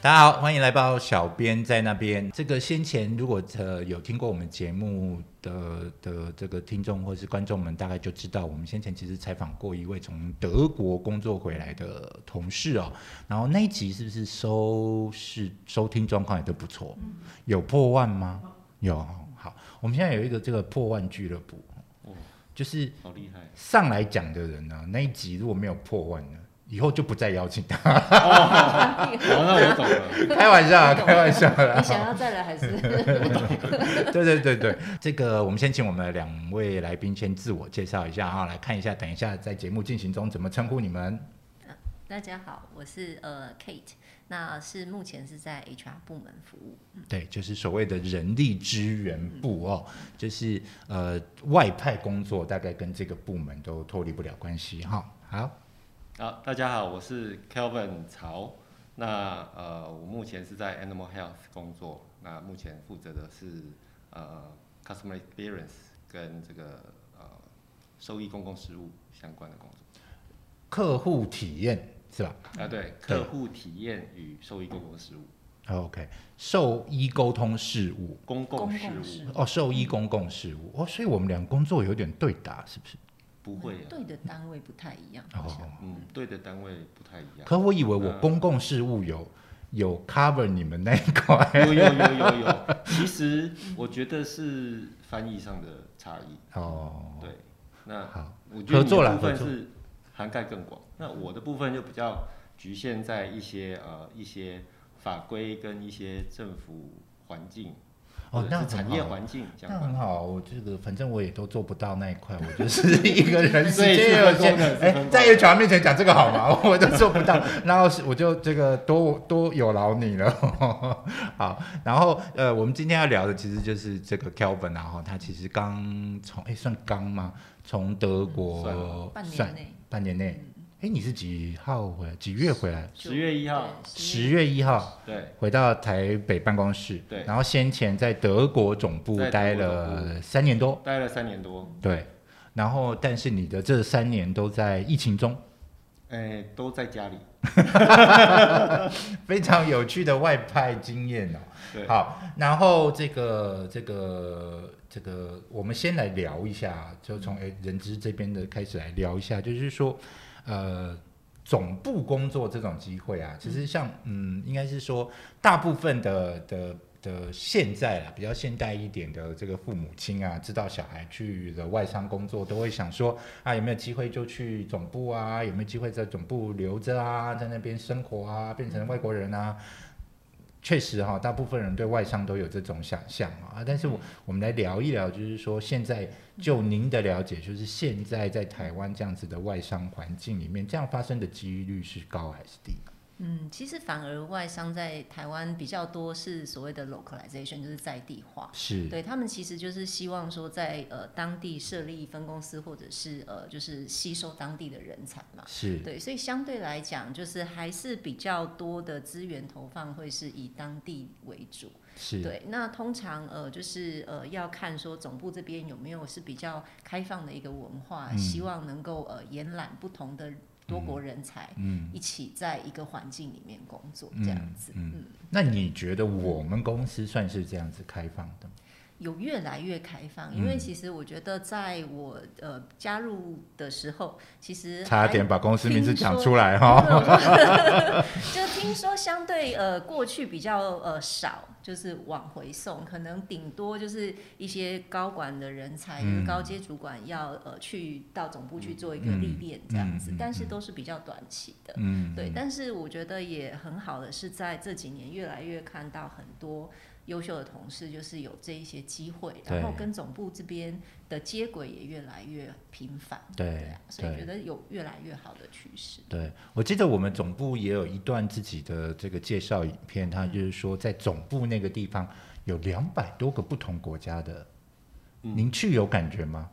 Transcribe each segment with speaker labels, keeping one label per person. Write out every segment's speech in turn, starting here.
Speaker 1: 大家好，欢迎来到小编在那边。这个先前如果呃有听过我们节目的的这个听众或是观众们，大概就知道我们先前其实采访过一位从德国工作回来的同事哦。然后那一集是不是收视收听状况也都不错？有破万吗？有，好，我们现在有一个这个破万俱乐部，
Speaker 2: 哦，
Speaker 1: 就是
Speaker 2: 好厉害！
Speaker 1: 上来讲的人呢、那一集如果没有破万呢，以后就不再邀请他。
Speaker 2: 好，哦那我懂了。
Speaker 1: 开玩笑啊，开玩笑 啦。
Speaker 3: 你想要再来还是？
Speaker 1: 对对对对，这个我们先请我们的两位来宾先自我介绍一下啊，来看一下，等一下在节目进行中怎么称呼你们。
Speaker 3: 大家好，我是呃 Kate，那是目前是在 HR 部门服务。
Speaker 1: 对，就是所谓的人力资源部哦，就是呃外派工作大概跟这个部门都脱离不了关系哈。好，
Speaker 2: 好，啊大家好，我是 Kelvin 曹。那呃，我目前是在 Animal Health 工作，那目前负责的是呃 Customer Experience 跟这个呃收益公共事务相关的工作。
Speaker 1: 客户体验是吧
Speaker 2: 啊，对，客户体验与收益公共事务，
Speaker 1: ？OK，兽医沟通事务
Speaker 2: 公共
Speaker 3: 公共
Speaker 2: 事
Speaker 3: 事
Speaker 2: 务
Speaker 3: 务
Speaker 1: 哦，兽医公共事务哦，所以我们俩工作有点对打，是不是？
Speaker 2: 不会啊，
Speaker 3: 对的单位不太一样，好像
Speaker 1: 哦。
Speaker 2: 嗯，对的单位不太一样。
Speaker 1: 可我以为我
Speaker 2: 嗯
Speaker 1: 公共事务有有 cover 你们那一块，
Speaker 2: 有有有有有，其实我觉得是翻译上的差异。
Speaker 1: 哦，
Speaker 2: 对，那
Speaker 1: 好，
Speaker 2: 我觉得
Speaker 1: 合作
Speaker 2: 你
Speaker 1: 啦
Speaker 2: 的部分
Speaker 1: 合作
Speaker 2: 是涵盖更广。那我的部分就比较局限在一些呃一些法规跟一些政府环境，
Speaker 1: 哦
Speaker 2: 或，者
Speaker 1: 那
Speaker 2: 是
Speaker 1: 很
Speaker 2: 产业
Speaker 1: 好，
Speaker 2: 环境相
Speaker 1: 那
Speaker 2: 关
Speaker 1: 很。好，我这个反正我也都做不到那一块，我就是一个 人时
Speaker 2: 所以
Speaker 1: 间
Speaker 2: 是
Speaker 1: 也有
Speaker 2: 分
Speaker 1: 限
Speaker 2: 工的是，
Speaker 1: 哎
Speaker 2: 分，工
Speaker 1: 在 HR 面前讲这个好吗？ 我都做不到，然后是我就这个多多有劳你了。 好，然后呃，我们今天要聊的其实就是这个 Kelvin 啊，哈，他其实刚从哎算刚吗？从德
Speaker 2: 嗯算
Speaker 1: 国
Speaker 2: 了
Speaker 3: 半
Speaker 1: 哦算
Speaker 3: 年内，嗯
Speaker 1: 半年内，哎，你是几号回来？几月回来？
Speaker 2: 十月一号，
Speaker 1: 十月一号。
Speaker 2: 对，
Speaker 1: 回到台北办公室，
Speaker 2: 对
Speaker 1: 然后先前在德国总部
Speaker 2: 在德国嗯
Speaker 1: 待了三年多，
Speaker 2: 待了三年多，
Speaker 1: 对，然后但是你的这三年都在疫情中，
Speaker 2: 哎，都在家里。
Speaker 1: 非常有趣的外派经验哦。
Speaker 2: 对，
Speaker 1: 好，然后这个这个这个，我们先来聊一下，就从诶人资这边的开始来聊一下，就是说，呃，总部工作这种机会啊，其实像嗯，应该是说大部分的的。的现在啊，比较现代一点的这个父母亲啊，知道小孩去的外商工作，都会想说啊，有没有机会就去总部啊？有没有机会在总部留着啊？在那边生活啊，变成外国人啊？确实哈、大部分人对外商都有这种想象啊。但是
Speaker 3: 嗯
Speaker 1: 我我们来聊一聊，就是说现在就您的了解，就是现在在台湾这样子的外商环境里面，这样发生的几率是高还是低？
Speaker 3: 嗯，其实反而外商在台湾比较多是所谓的 localization，就是在地化。
Speaker 1: 是
Speaker 3: 哦对他们其实就是希望说在呃当地设立分公司，或者是呃就是吸收当地的人才嘛。
Speaker 1: 是
Speaker 3: 对，所以相对来讲，就是还是比较多的资源投放会是以当地为主。
Speaker 1: 是
Speaker 3: 对，那通常呃就是呃要看说总部这边有没有是比较开放的一个文化，
Speaker 1: 嗯
Speaker 3: 希望能够呃延揽不同的多国人才、
Speaker 1: 嗯。
Speaker 3: 一起在一个环境里面工作这样子。
Speaker 1: 嗯那你觉得我们公司算是这样子开放的吗？
Speaker 3: 有越来越开放，因为
Speaker 1: 嗯
Speaker 3: 其实我觉得在我呃加入的时候，其实
Speaker 1: 差
Speaker 3: 嗯还
Speaker 1: 点把公司名字
Speaker 3: 听
Speaker 1: 讲
Speaker 3: 说
Speaker 1: 出来 哈、哦。
Speaker 3: 就听说相对呃过去比较呃少，就是往回送，可能顶多就是一些高管的人才，就是
Speaker 1: 嗯
Speaker 3: 高阶主管要呃去到总部去做一个历练这样子，
Speaker 1: 嗯嗯嗯
Speaker 3: 但是
Speaker 1: 嗯
Speaker 3: 都是比较短期的。
Speaker 1: 嗯，
Speaker 3: 对，但是我觉得也很好的是，在这几年越来越看到很多优秀的同事，就是有这一些机会，然后
Speaker 1: 对
Speaker 3: 跟总部这边的接轨也越来越频繁。对
Speaker 1: 对
Speaker 3: 啊，所以
Speaker 1: 对
Speaker 3: 觉得有越来越好的趋势。
Speaker 1: 对，我记得我们总部也有一段自己的这个介绍影片，它就是说在总部那个地方有两百多个不同国家的，
Speaker 2: 嗯
Speaker 1: 您去有感觉吗？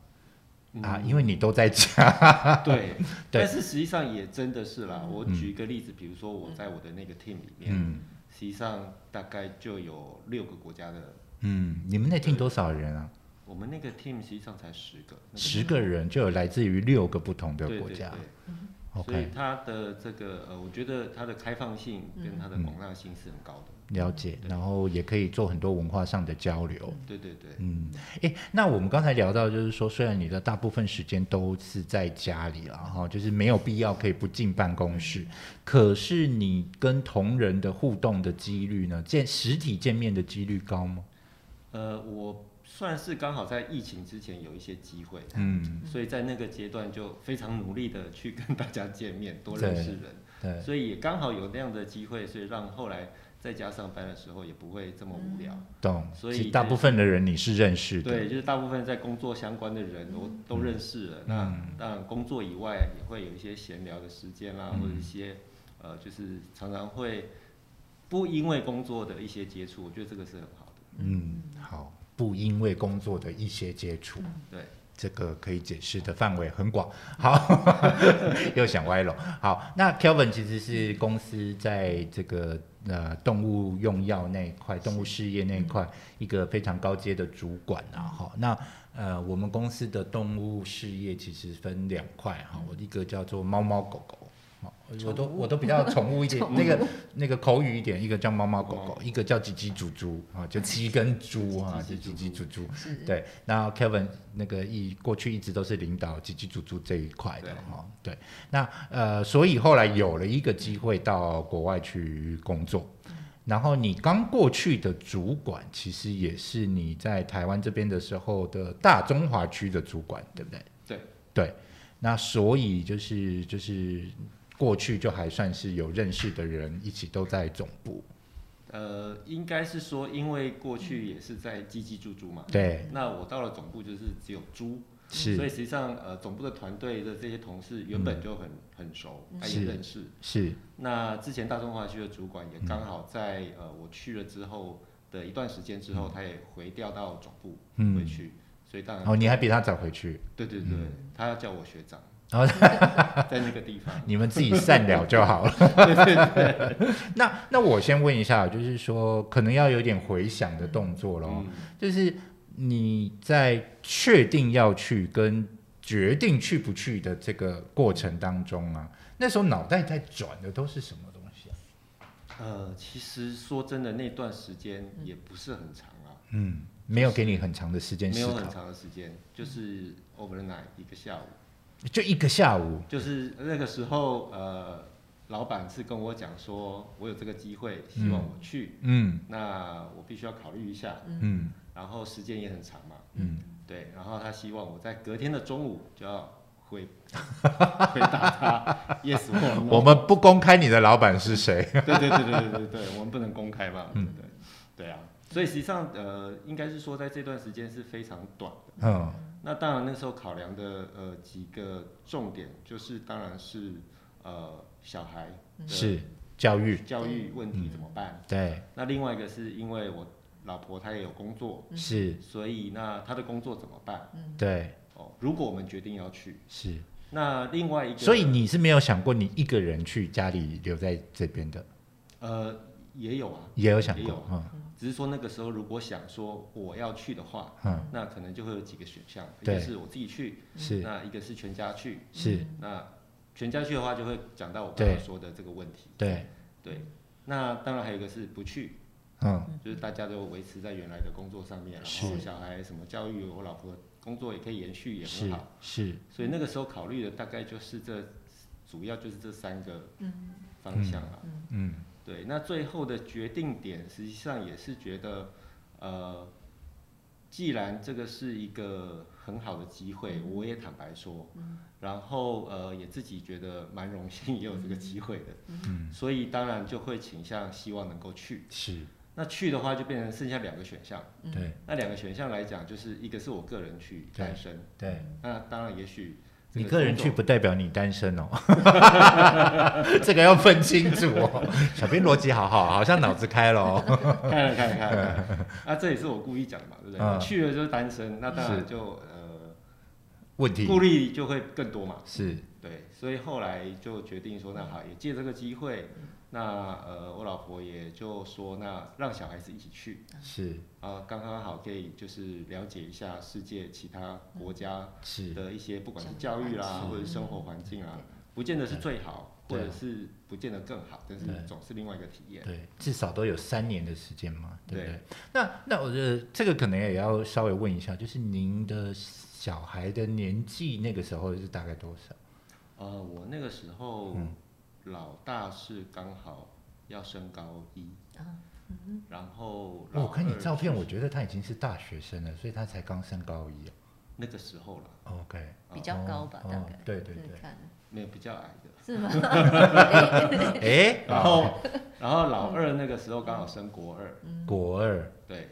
Speaker 2: 嗯
Speaker 1: 啊，因为你都在家，
Speaker 2: 对，
Speaker 1: 对
Speaker 2: 但是实际上也真的是啦。我举一个例子，比如说我在我的那个 team 里面，
Speaker 1: 嗯
Speaker 2: 实际上大概就有六个国家的，
Speaker 1: 嗯，你们那 team 多少人啊？
Speaker 2: 我们那个 team 实际上才十个，那个
Speaker 1: 十个人就有来自于六个不同的
Speaker 2: 嗯对
Speaker 1: 国
Speaker 2: 对
Speaker 1: 家
Speaker 2: 对所以
Speaker 1: OK，
Speaker 2: 它的这个呃，我觉得它的开放性跟它的
Speaker 1: 嗯
Speaker 2: 广大性是很高的。
Speaker 1: 了解，然后也可以做很多文化上的交流。
Speaker 2: 对对对，
Speaker 1: 嗯，诶，那我们刚才聊到，就是说，虽然你的大部分时间都是在家里了哈，就是没有必要可以不进办公室，可是你跟同仁的互动的几率呢，见实体见面的几率高吗？
Speaker 2: 呃，我算是刚好在疫情之前有一些机会，
Speaker 1: 嗯，
Speaker 2: 所以在那个阶段就非常努力的去跟大家见面，多认识人，
Speaker 1: 对，
Speaker 2: 所以也刚好有那样的机会，所以让后来在家上班的时候也不会这么无聊。
Speaker 1: 懂。
Speaker 2: 所以
Speaker 1: 其实大部分的人你是认识的，
Speaker 2: 对，就是大部分在工作相关的人我
Speaker 1: 嗯
Speaker 2: 都认识了。那当然，工作以外也会有一些闲聊的时间
Speaker 1: 嗯
Speaker 2: 啦，或者一些呃，就是常常会不因为工作的一些接触，我觉得这个是很好的。
Speaker 1: 嗯，好，不因为工作的一些接触，
Speaker 2: 对，
Speaker 1: 这个可以解释的范围很广。好， 又想歪了。好，那 Kelvin 其实是公司在这个呃动物用药那一块、动物事业那一块一个非常高阶的主管啊。哈，那呃我们公司的动物事业其实分两块哈，我一个叫做猫猫狗狗。哦我都我都比较嗯 宠物一哦点，那个那个口语一点，一个叫猫猫狗狗，一个叫吉吉猪猪啊，就鸡跟猪啊，就吉吉猪猪。
Speaker 3: 是
Speaker 1: 对，那 Kevin 那个一过去一直都是领导吉吉猪猪这一块的
Speaker 2: 对
Speaker 1: 哈、对，那呃，所以后来有了一个机会到国外去工作，然后你刚过去的主管其实也是你在台湾这边的时候的大中华区的主管，对不对？
Speaker 2: 对
Speaker 1: 对，那所以就是就是过去就还算是有认识的人，一起都在总部，
Speaker 2: 呃，应该是说，因为过去也是在叽叽猪猪嘛。
Speaker 1: 对，
Speaker 2: 那我到了总部就是只有猪，
Speaker 1: 嗯是
Speaker 2: 嗯所以实际上呃，总部的团队的这些同事原本就很、很熟，他也
Speaker 1: 嗯是
Speaker 2: 认识。
Speaker 1: 是，
Speaker 2: 那之前大中华区的主管也刚好在、呃我去了之后的一段时间之后，他也回调到总部回
Speaker 1: 嗯，
Speaker 2: 去，所以当然、
Speaker 1: 哦，你还比他早回去。
Speaker 2: 对对对，他要叫我学长，
Speaker 1: 嗯 哦
Speaker 2: 在那个地方，
Speaker 1: 你们自己善了就 好了。 那那我先问一下，就是说可能要有点回想的动作咯，
Speaker 2: 嗯，
Speaker 1: 就是你在确定要去跟决定去不去的这个过程当中啊，那时候脑袋在转的都是什么东西啊？
Speaker 2: 呃，其实说真的，那段时间也不是很长啊，
Speaker 1: 嗯，没有给你很长的时间
Speaker 2: 没
Speaker 1: 思
Speaker 2: 有很
Speaker 1: 考，
Speaker 2: 长的时间，就是 overnight 一个下午，
Speaker 1: 就一个下午。
Speaker 2: 就是那个时候呃，老板是跟我讲说，我有这个机会，希望我去，
Speaker 1: 嗯
Speaker 2: 那我必须要考虑一下，
Speaker 1: 嗯
Speaker 2: 然后时间也很长嘛，
Speaker 1: 嗯，
Speaker 2: 对，然后他希望我在隔天的中午就要回 回答他 yes or no。
Speaker 1: 我们不公开你的老板是谁。
Speaker 2: 对对对对对对对，我们不能公开嘛，对对对啊。所以实际上呃，应该是说在这段时间是非常短的。
Speaker 1: 嗯
Speaker 2: 那当然那时候考量的呃几个重点就是，当然是呃小孩的
Speaker 1: 是教育
Speaker 2: 教育问题怎么办。
Speaker 1: 对
Speaker 2: 那另外一个是因为我老婆她也有工作，
Speaker 1: 是
Speaker 2: 所以那她的工作怎么办？
Speaker 1: 对
Speaker 2: 哦，如果我们决定要去，
Speaker 1: 是。
Speaker 2: 那另外一个，
Speaker 1: 所以你是没有想过你一个人去家里留在这边的，
Speaker 2: 呃也有啊，
Speaker 1: 也有想
Speaker 2: 也
Speaker 1: 过
Speaker 2: 有，
Speaker 1: 嗯
Speaker 2: 只是说那个时候如果想说我要去的话，
Speaker 1: 嗯，
Speaker 2: 那可能就会有几个选项，一
Speaker 1: 对
Speaker 2: 个是我自己去，
Speaker 1: 是
Speaker 2: 那一个是全家去，
Speaker 1: 是，
Speaker 2: 那全家去的话就会讲到我刚刚
Speaker 1: 对
Speaker 2: 说的这个问题，
Speaker 1: 对，
Speaker 2: 对。那当然还有一个是不去，
Speaker 1: 嗯
Speaker 2: 就是大家都维持在原来的工作上面，然
Speaker 1: 是
Speaker 2: 后小孩什么教育，我老婆工作也可以延续，也很
Speaker 1: 是
Speaker 2: 好。
Speaker 1: 是，
Speaker 2: 所以那个时候考虑的大概就是这，主要就是这三个方向啊。
Speaker 1: 嗯
Speaker 2: 对，那最后的决定点实际上也是觉得，呃，既然这个是一个很好的机会，
Speaker 1: 嗯
Speaker 2: 我也坦白说，然后呃也自己觉得蛮荣幸也有这个机会的，
Speaker 1: 嗯
Speaker 2: 所以当然就会倾向希望能够去。
Speaker 1: 是，
Speaker 2: 那去的话就变成剩下两个选项，
Speaker 1: 对
Speaker 2: 那两个选项来讲，就是一个是我个人去
Speaker 1: 对
Speaker 2: 单身，
Speaker 1: 对，
Speaker 2: 那当然也许这
Speaker 1: 你个人
Speaker 2: 工
Speaker 1: 去
Speaker 2: 作
Speaker 1: 不代表你单身哦， 这个要分清楚哦。小编逻辑好好，好像脑子开了 哦，
Speaker 2: 看了看了看了看了，啊，这也是我故意讲的嘛，对不对？
Speaker 1: 嗯
Speaker 2: 去了就是单身，那当
Speaker 1: 是
Speaker 2: 然就呃
Speaker 1: 问题
Speaker 2: 顾虑就会更多嘛，
Speaker 1: 是
Speaker 2: 对，所以后来就决定说，那好，也借这个机会，那呃我老婆也就说，那让小孩子一起去，
Speaker 1: 是
Speaker 2: 啊，刚刚好可以就是了解一下世界其他国家
Speaker 1: 是
Speaker 2: 的一些，不管是教育啦，
Speaker 1: 是
Speaker 2: 或者是生活环境啊，不见得是最好，或
Speaker 1: 对
Speaker 2: 者是不见得更好，但是
Speaker 1: 对
Speaker 2: 总是另外一个体验。
Speaker 1: 对，至少都有三年的时间嘛，对不对？
Speaker 2: 对
Speaker 1: 那那我觉得这个可能也要稍微问一下，就是您的小孩的年纪那个时候是大概多少？
Speaker 2: 呃，我那个时候
Speaker 1: 嗯
Speaker 2: 老大是刚好要升高一，然
Speaker 1: 哦
Speaker 2: 后老
Speaker 1: 我看你
Speaker 2: 二
Speaker 1: 照片，
Speaker 2: 是
Speaker 1: 我觉得他已经是大学生了，所以他才刚升高一
Speaker 2: 那个时候了，
Speaker 1: 哦。OK，
Speaker 3: 比较高吧，
Speaker 1: 哦
Speaker 3: 大
Speaker 1: 哦
Speaker 3: 概。
Speaker 1: 对对
Speaker 3: 就是
Speaker 1: 对
Speaker 3: 看
Speaker 2: 没有比较矮的。
Speaker 3: 是吗？
Speaker 1: 哎，
Speaker 2: 然后，然后老二那个时候刚好升国二，
Speaker 3: 嗯
Speaker 1: 国二，
Speaker 2: 对，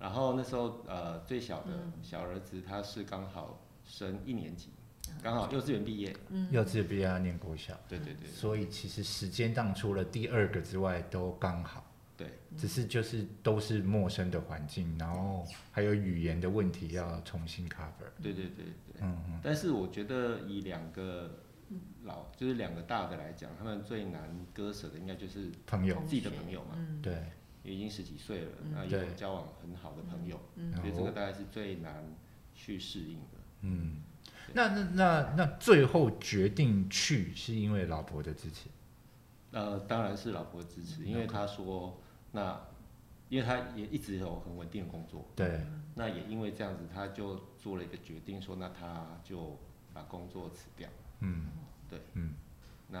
Speaker 2: 然后那时候呃最小的
Speaker 3: 嗯
Speaker 2: 小儿子他是刚好升一年级，刚好幼稚园毕业，
Speaker 3: 嗯
Speaker 1: 幼稚毕业要念国小，
Speaker 2: 对对对
Speaker 1: 所以其实时间上除了第二个之外都刚好，
Speaker 2: 对
Speaker 1: 只是就是都是陌生的环境，然后还有语言的问题要重新 cover。
Speaker 2: 对对对对。
Speaker 1: 嗯嗯，
Speaker 2: 但是我觉得以两个老就是两个大的来讲，他们最难割舍的应该就是
Speaker 1: 朋友，
Speaker 2: 自己的朋友嘛，
Speaker 3: 嗯
Speaker 1: 对，
Speaker 2: 已经十几岁了，
Speaker 3: 嗯
Speaker 2: 那
Speaker 1: 对
Speaker 2: 有交往很好的朋友，
Speaker 3: 嗯
Speaker 2: 所以这个
Speaker 1: 哦
Speaker 2: 大概是最难去适应的。
Speaker 1: 嗯，那那那那最后决定去是因为老婆的支持，
Speaker 2: 那呃当然是老婆支持，因为她说，那因为她也一直有很稳定的工作，
Speaker 1: 对，
Speaker 2: 那也因为这样子，她就做了一个决定，说那她就把工作辞掉。
Speaker 1: 嗯，
Speaker 2: 对，
Speaker 1: 嗯，
Speaker 2: 那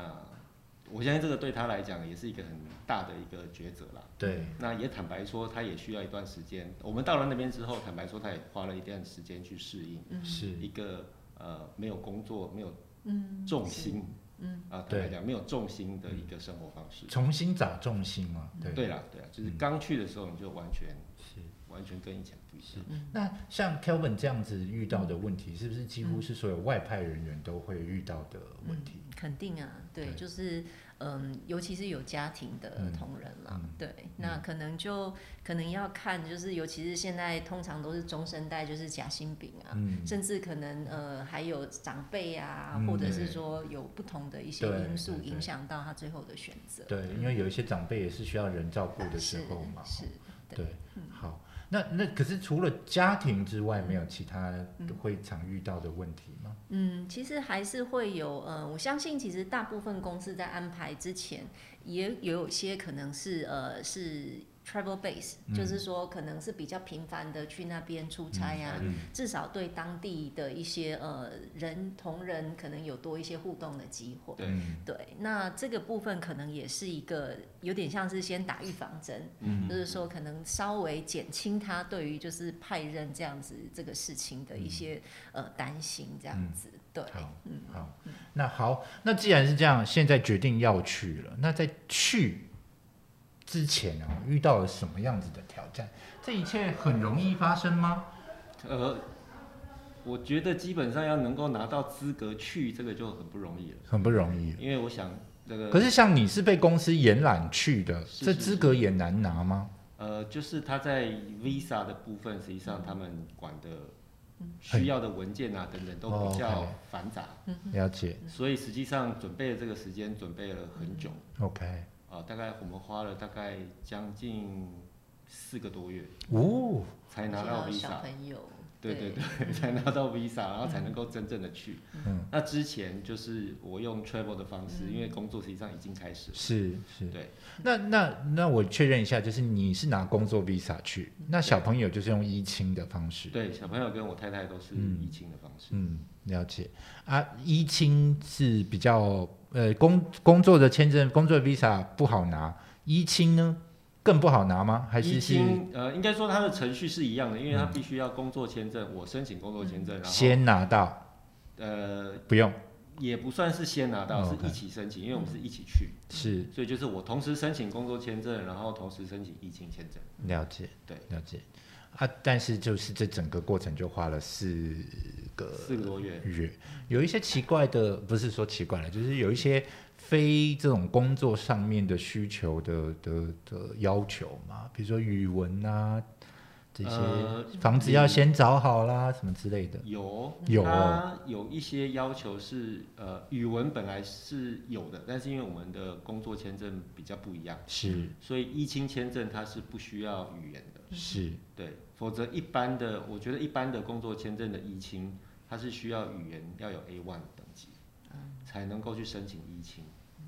Speaker 2: 我相信这个对她来讲也是一个很大的一个抉择啦。
Speaker 1: 对，
Speaker 2: 那也坦白说，她也需要一段时间。我们到了那边之后，坦白说，她也花了一段时间去适应
Speaker 3: 嗯
Speaker 1: 是，
Speaker 2: 一个呃没有工作、没有
Speaker 3: 嗯
Speaker 2: 重心，
Speaker 3: 嗯
Speaker 2: 啊，坦
Speaker 1: 对
Speaker 2: 白讲没有重心的一个生活方式。
Speaker 1: 重新找重心嘛，对，
Speaker 2: 对啊啦，对啦，就是
Speaker 1: 嗯
Speaker 2: 刚去的时候你就完全
Speaker 1: 是。
Speaker 2: 完全跟以前不一样。
Speaker 3: 嗯
Speaker 1: 那像 Kelvin 这样子遇到的问题，是不是几乎是所有外派人员都会遇到的问题？
Speaker 3: 肯定啊，对，
Speaker 1: 对
Speaker 3: 就是嗯，尤其是有家庭的
Speaker 1: 嗯
Speaker 3: 同仁啦，
Speaker 1: 嗯
Speaker 3: 对，那可能就可能要看，就是尤其是现在通常都是中生代，就是夹心饼啊。
Speaker 1: 嗯，
Speaker 3: 甚至可能呃，还有长辈啊，
Speaker 1: 嗯
Speaker 3: 或者是
Speaker 2: 对
Speaker 3: 说有不同的一些
Speaker 1: 对
Speaker 3: 因素
Speaker 1: 对对
Speaker 3: 影响到他最后的选择。
Speaker 1: 对，因为有一些长辈也是需要人照顾的时
Speaker 3: 是
Speaker 1: 候嘛，哦
Speaker 3: 是，对嗯
Speaker 1: 对，好，那那可是除了家庭之外，没有其他
Speaker 3: 嗯
Speaker 1: 会常遇到的问题吗？
Speaker 3: 嗯，其实还是会有，呃，我相信其实大部分公司在安排之前，也也有些可能是呃是 travel base，、
Speaker 1: 嗯
Speaker 3: 就是说可能是比较频繁的去那边出差哎呀、
Speaker 2: 嗯
Speaker 3: 至少对当地的一些呃人同仁可能有多一些互动的机会。
Speaker 2: 对
Speaker 1: 嗯
Speaker 3: 对，那这个部分可能也是一个有点像是先打预防针，
Speaker 1: 嗯
Speaker 3: 就是说可能稍微减轻他对于就是派任这样子这个事情的一些、呃担心这样子。对，
Speaker 1: 好
Speaker 3: 嗯，
Speaker 1: 好，那好，那既然是这样，现在决定要去了，那在去之前啊，遇到了什么样子的挑战？这一切很容易发生吗？
Speaker 2: 呃，我觉得基本上要能够拿到资格去这个就很不容易了，
Speaker 1: 很不容易。
Speaker 2: 因为我想那个
Speaker 1: 可是像你是被公司延揽去的，
Speaker 2: 是
Speaker 1: 这
Speaker 2: 是
Speaker 1: 资
Speaker 2: 是
Speaker 1: 格也难拿吗？
Speaker 2: 呃，就是他在 Visa 的部分，实际上他们管的
Speaker 3: 嗯
Speaker 2: 需要的文件啊等等都
Speaker 1: 哦
Speaker 2: 比较
Speaker 1: ，OK
Speaker 2: 繁杂，
Speaker 1: 了解
Speaker 3: 嗯
Speaker 2: 所以实际上准备的这个时间准备了很久
Speaker 1: ，OK，
Speaker 2: 啊、大概我们花了大概将近四个多月
Speaker 1: 哦，
Speaker 2: 才拿到
Speaker 3: 见小
Speaker 2: Visa。
Speaker 3: 朋友，
Speaker 2: 对对对，才拿到 Visa，然后才能够真正的去。
Speaker 1: 嗯，
Speaker 2: 那之前就是我用 travel 的方式，因为工作实际上已经开始了。
Speaker 1: 是是，
Speaker 2: 对。
Speaker 1: 那那那我确认一下，就是你是拿工作 visa 去，那小朋友就是用依亲的方式。
Speaker 2: 对，小朋友跟我太太都是
Speaker 1: 嗯
Speaker 2: 疫情的方式。
Speaker 1: 嗯，了解啊，依亲是比较呃工工作的签证，工作 visa 不好拿，依亲呢更不好拿吗？还
Speaker 2: 疫
Speaker 1: 是是
Speaker 2: 情呃，应该说它的程序是一样的，因为它必须要工作签证，我申请工作签证，然后
Speaker 1: 先拿到？
Speaker 2: 呃
Speaker 1: 不用，
Speaker 2: 也不算是先拿到，
Speaker 1: 哦
Speaker 2: 是
Speaker 1: OK
Speaker 2: 一起申请，因为我们是一起去，
Speaker 1: 是
Speaker 2: 所以就是我同时申请工作签证，然后同时申请疫情签证。
Speaker 1: 了解，
Speaker 2: 对，
Speaker 1: 了解啊，但是就是这整个过程就花了四个
Speaker 2: 四个多月。
Speaker 1: 月，有一些奇怪的，不是说奇怪了，就是有一些非这种工作上面的需求的的的要求嘛，比如说语文啊这些，
Speaker 2: 呃
Speaker 1: 房子要先找好啦，什么之类的。
Speaker 2: 有
Speaker 1: 有哦
Speaker 2: 它有一些要求是呃，语文本来是有的，但是因为我们的工作签证比较不一样，
Speaker 1: 是
Speaker 2: 所以一清签证它是不需要语言的，
Speaker 1: 是，
Speaker 2: 对，否则一般的，我觉得一般的工作签证的一清它是需要语言要有 A one 等级，才能够去申请移情，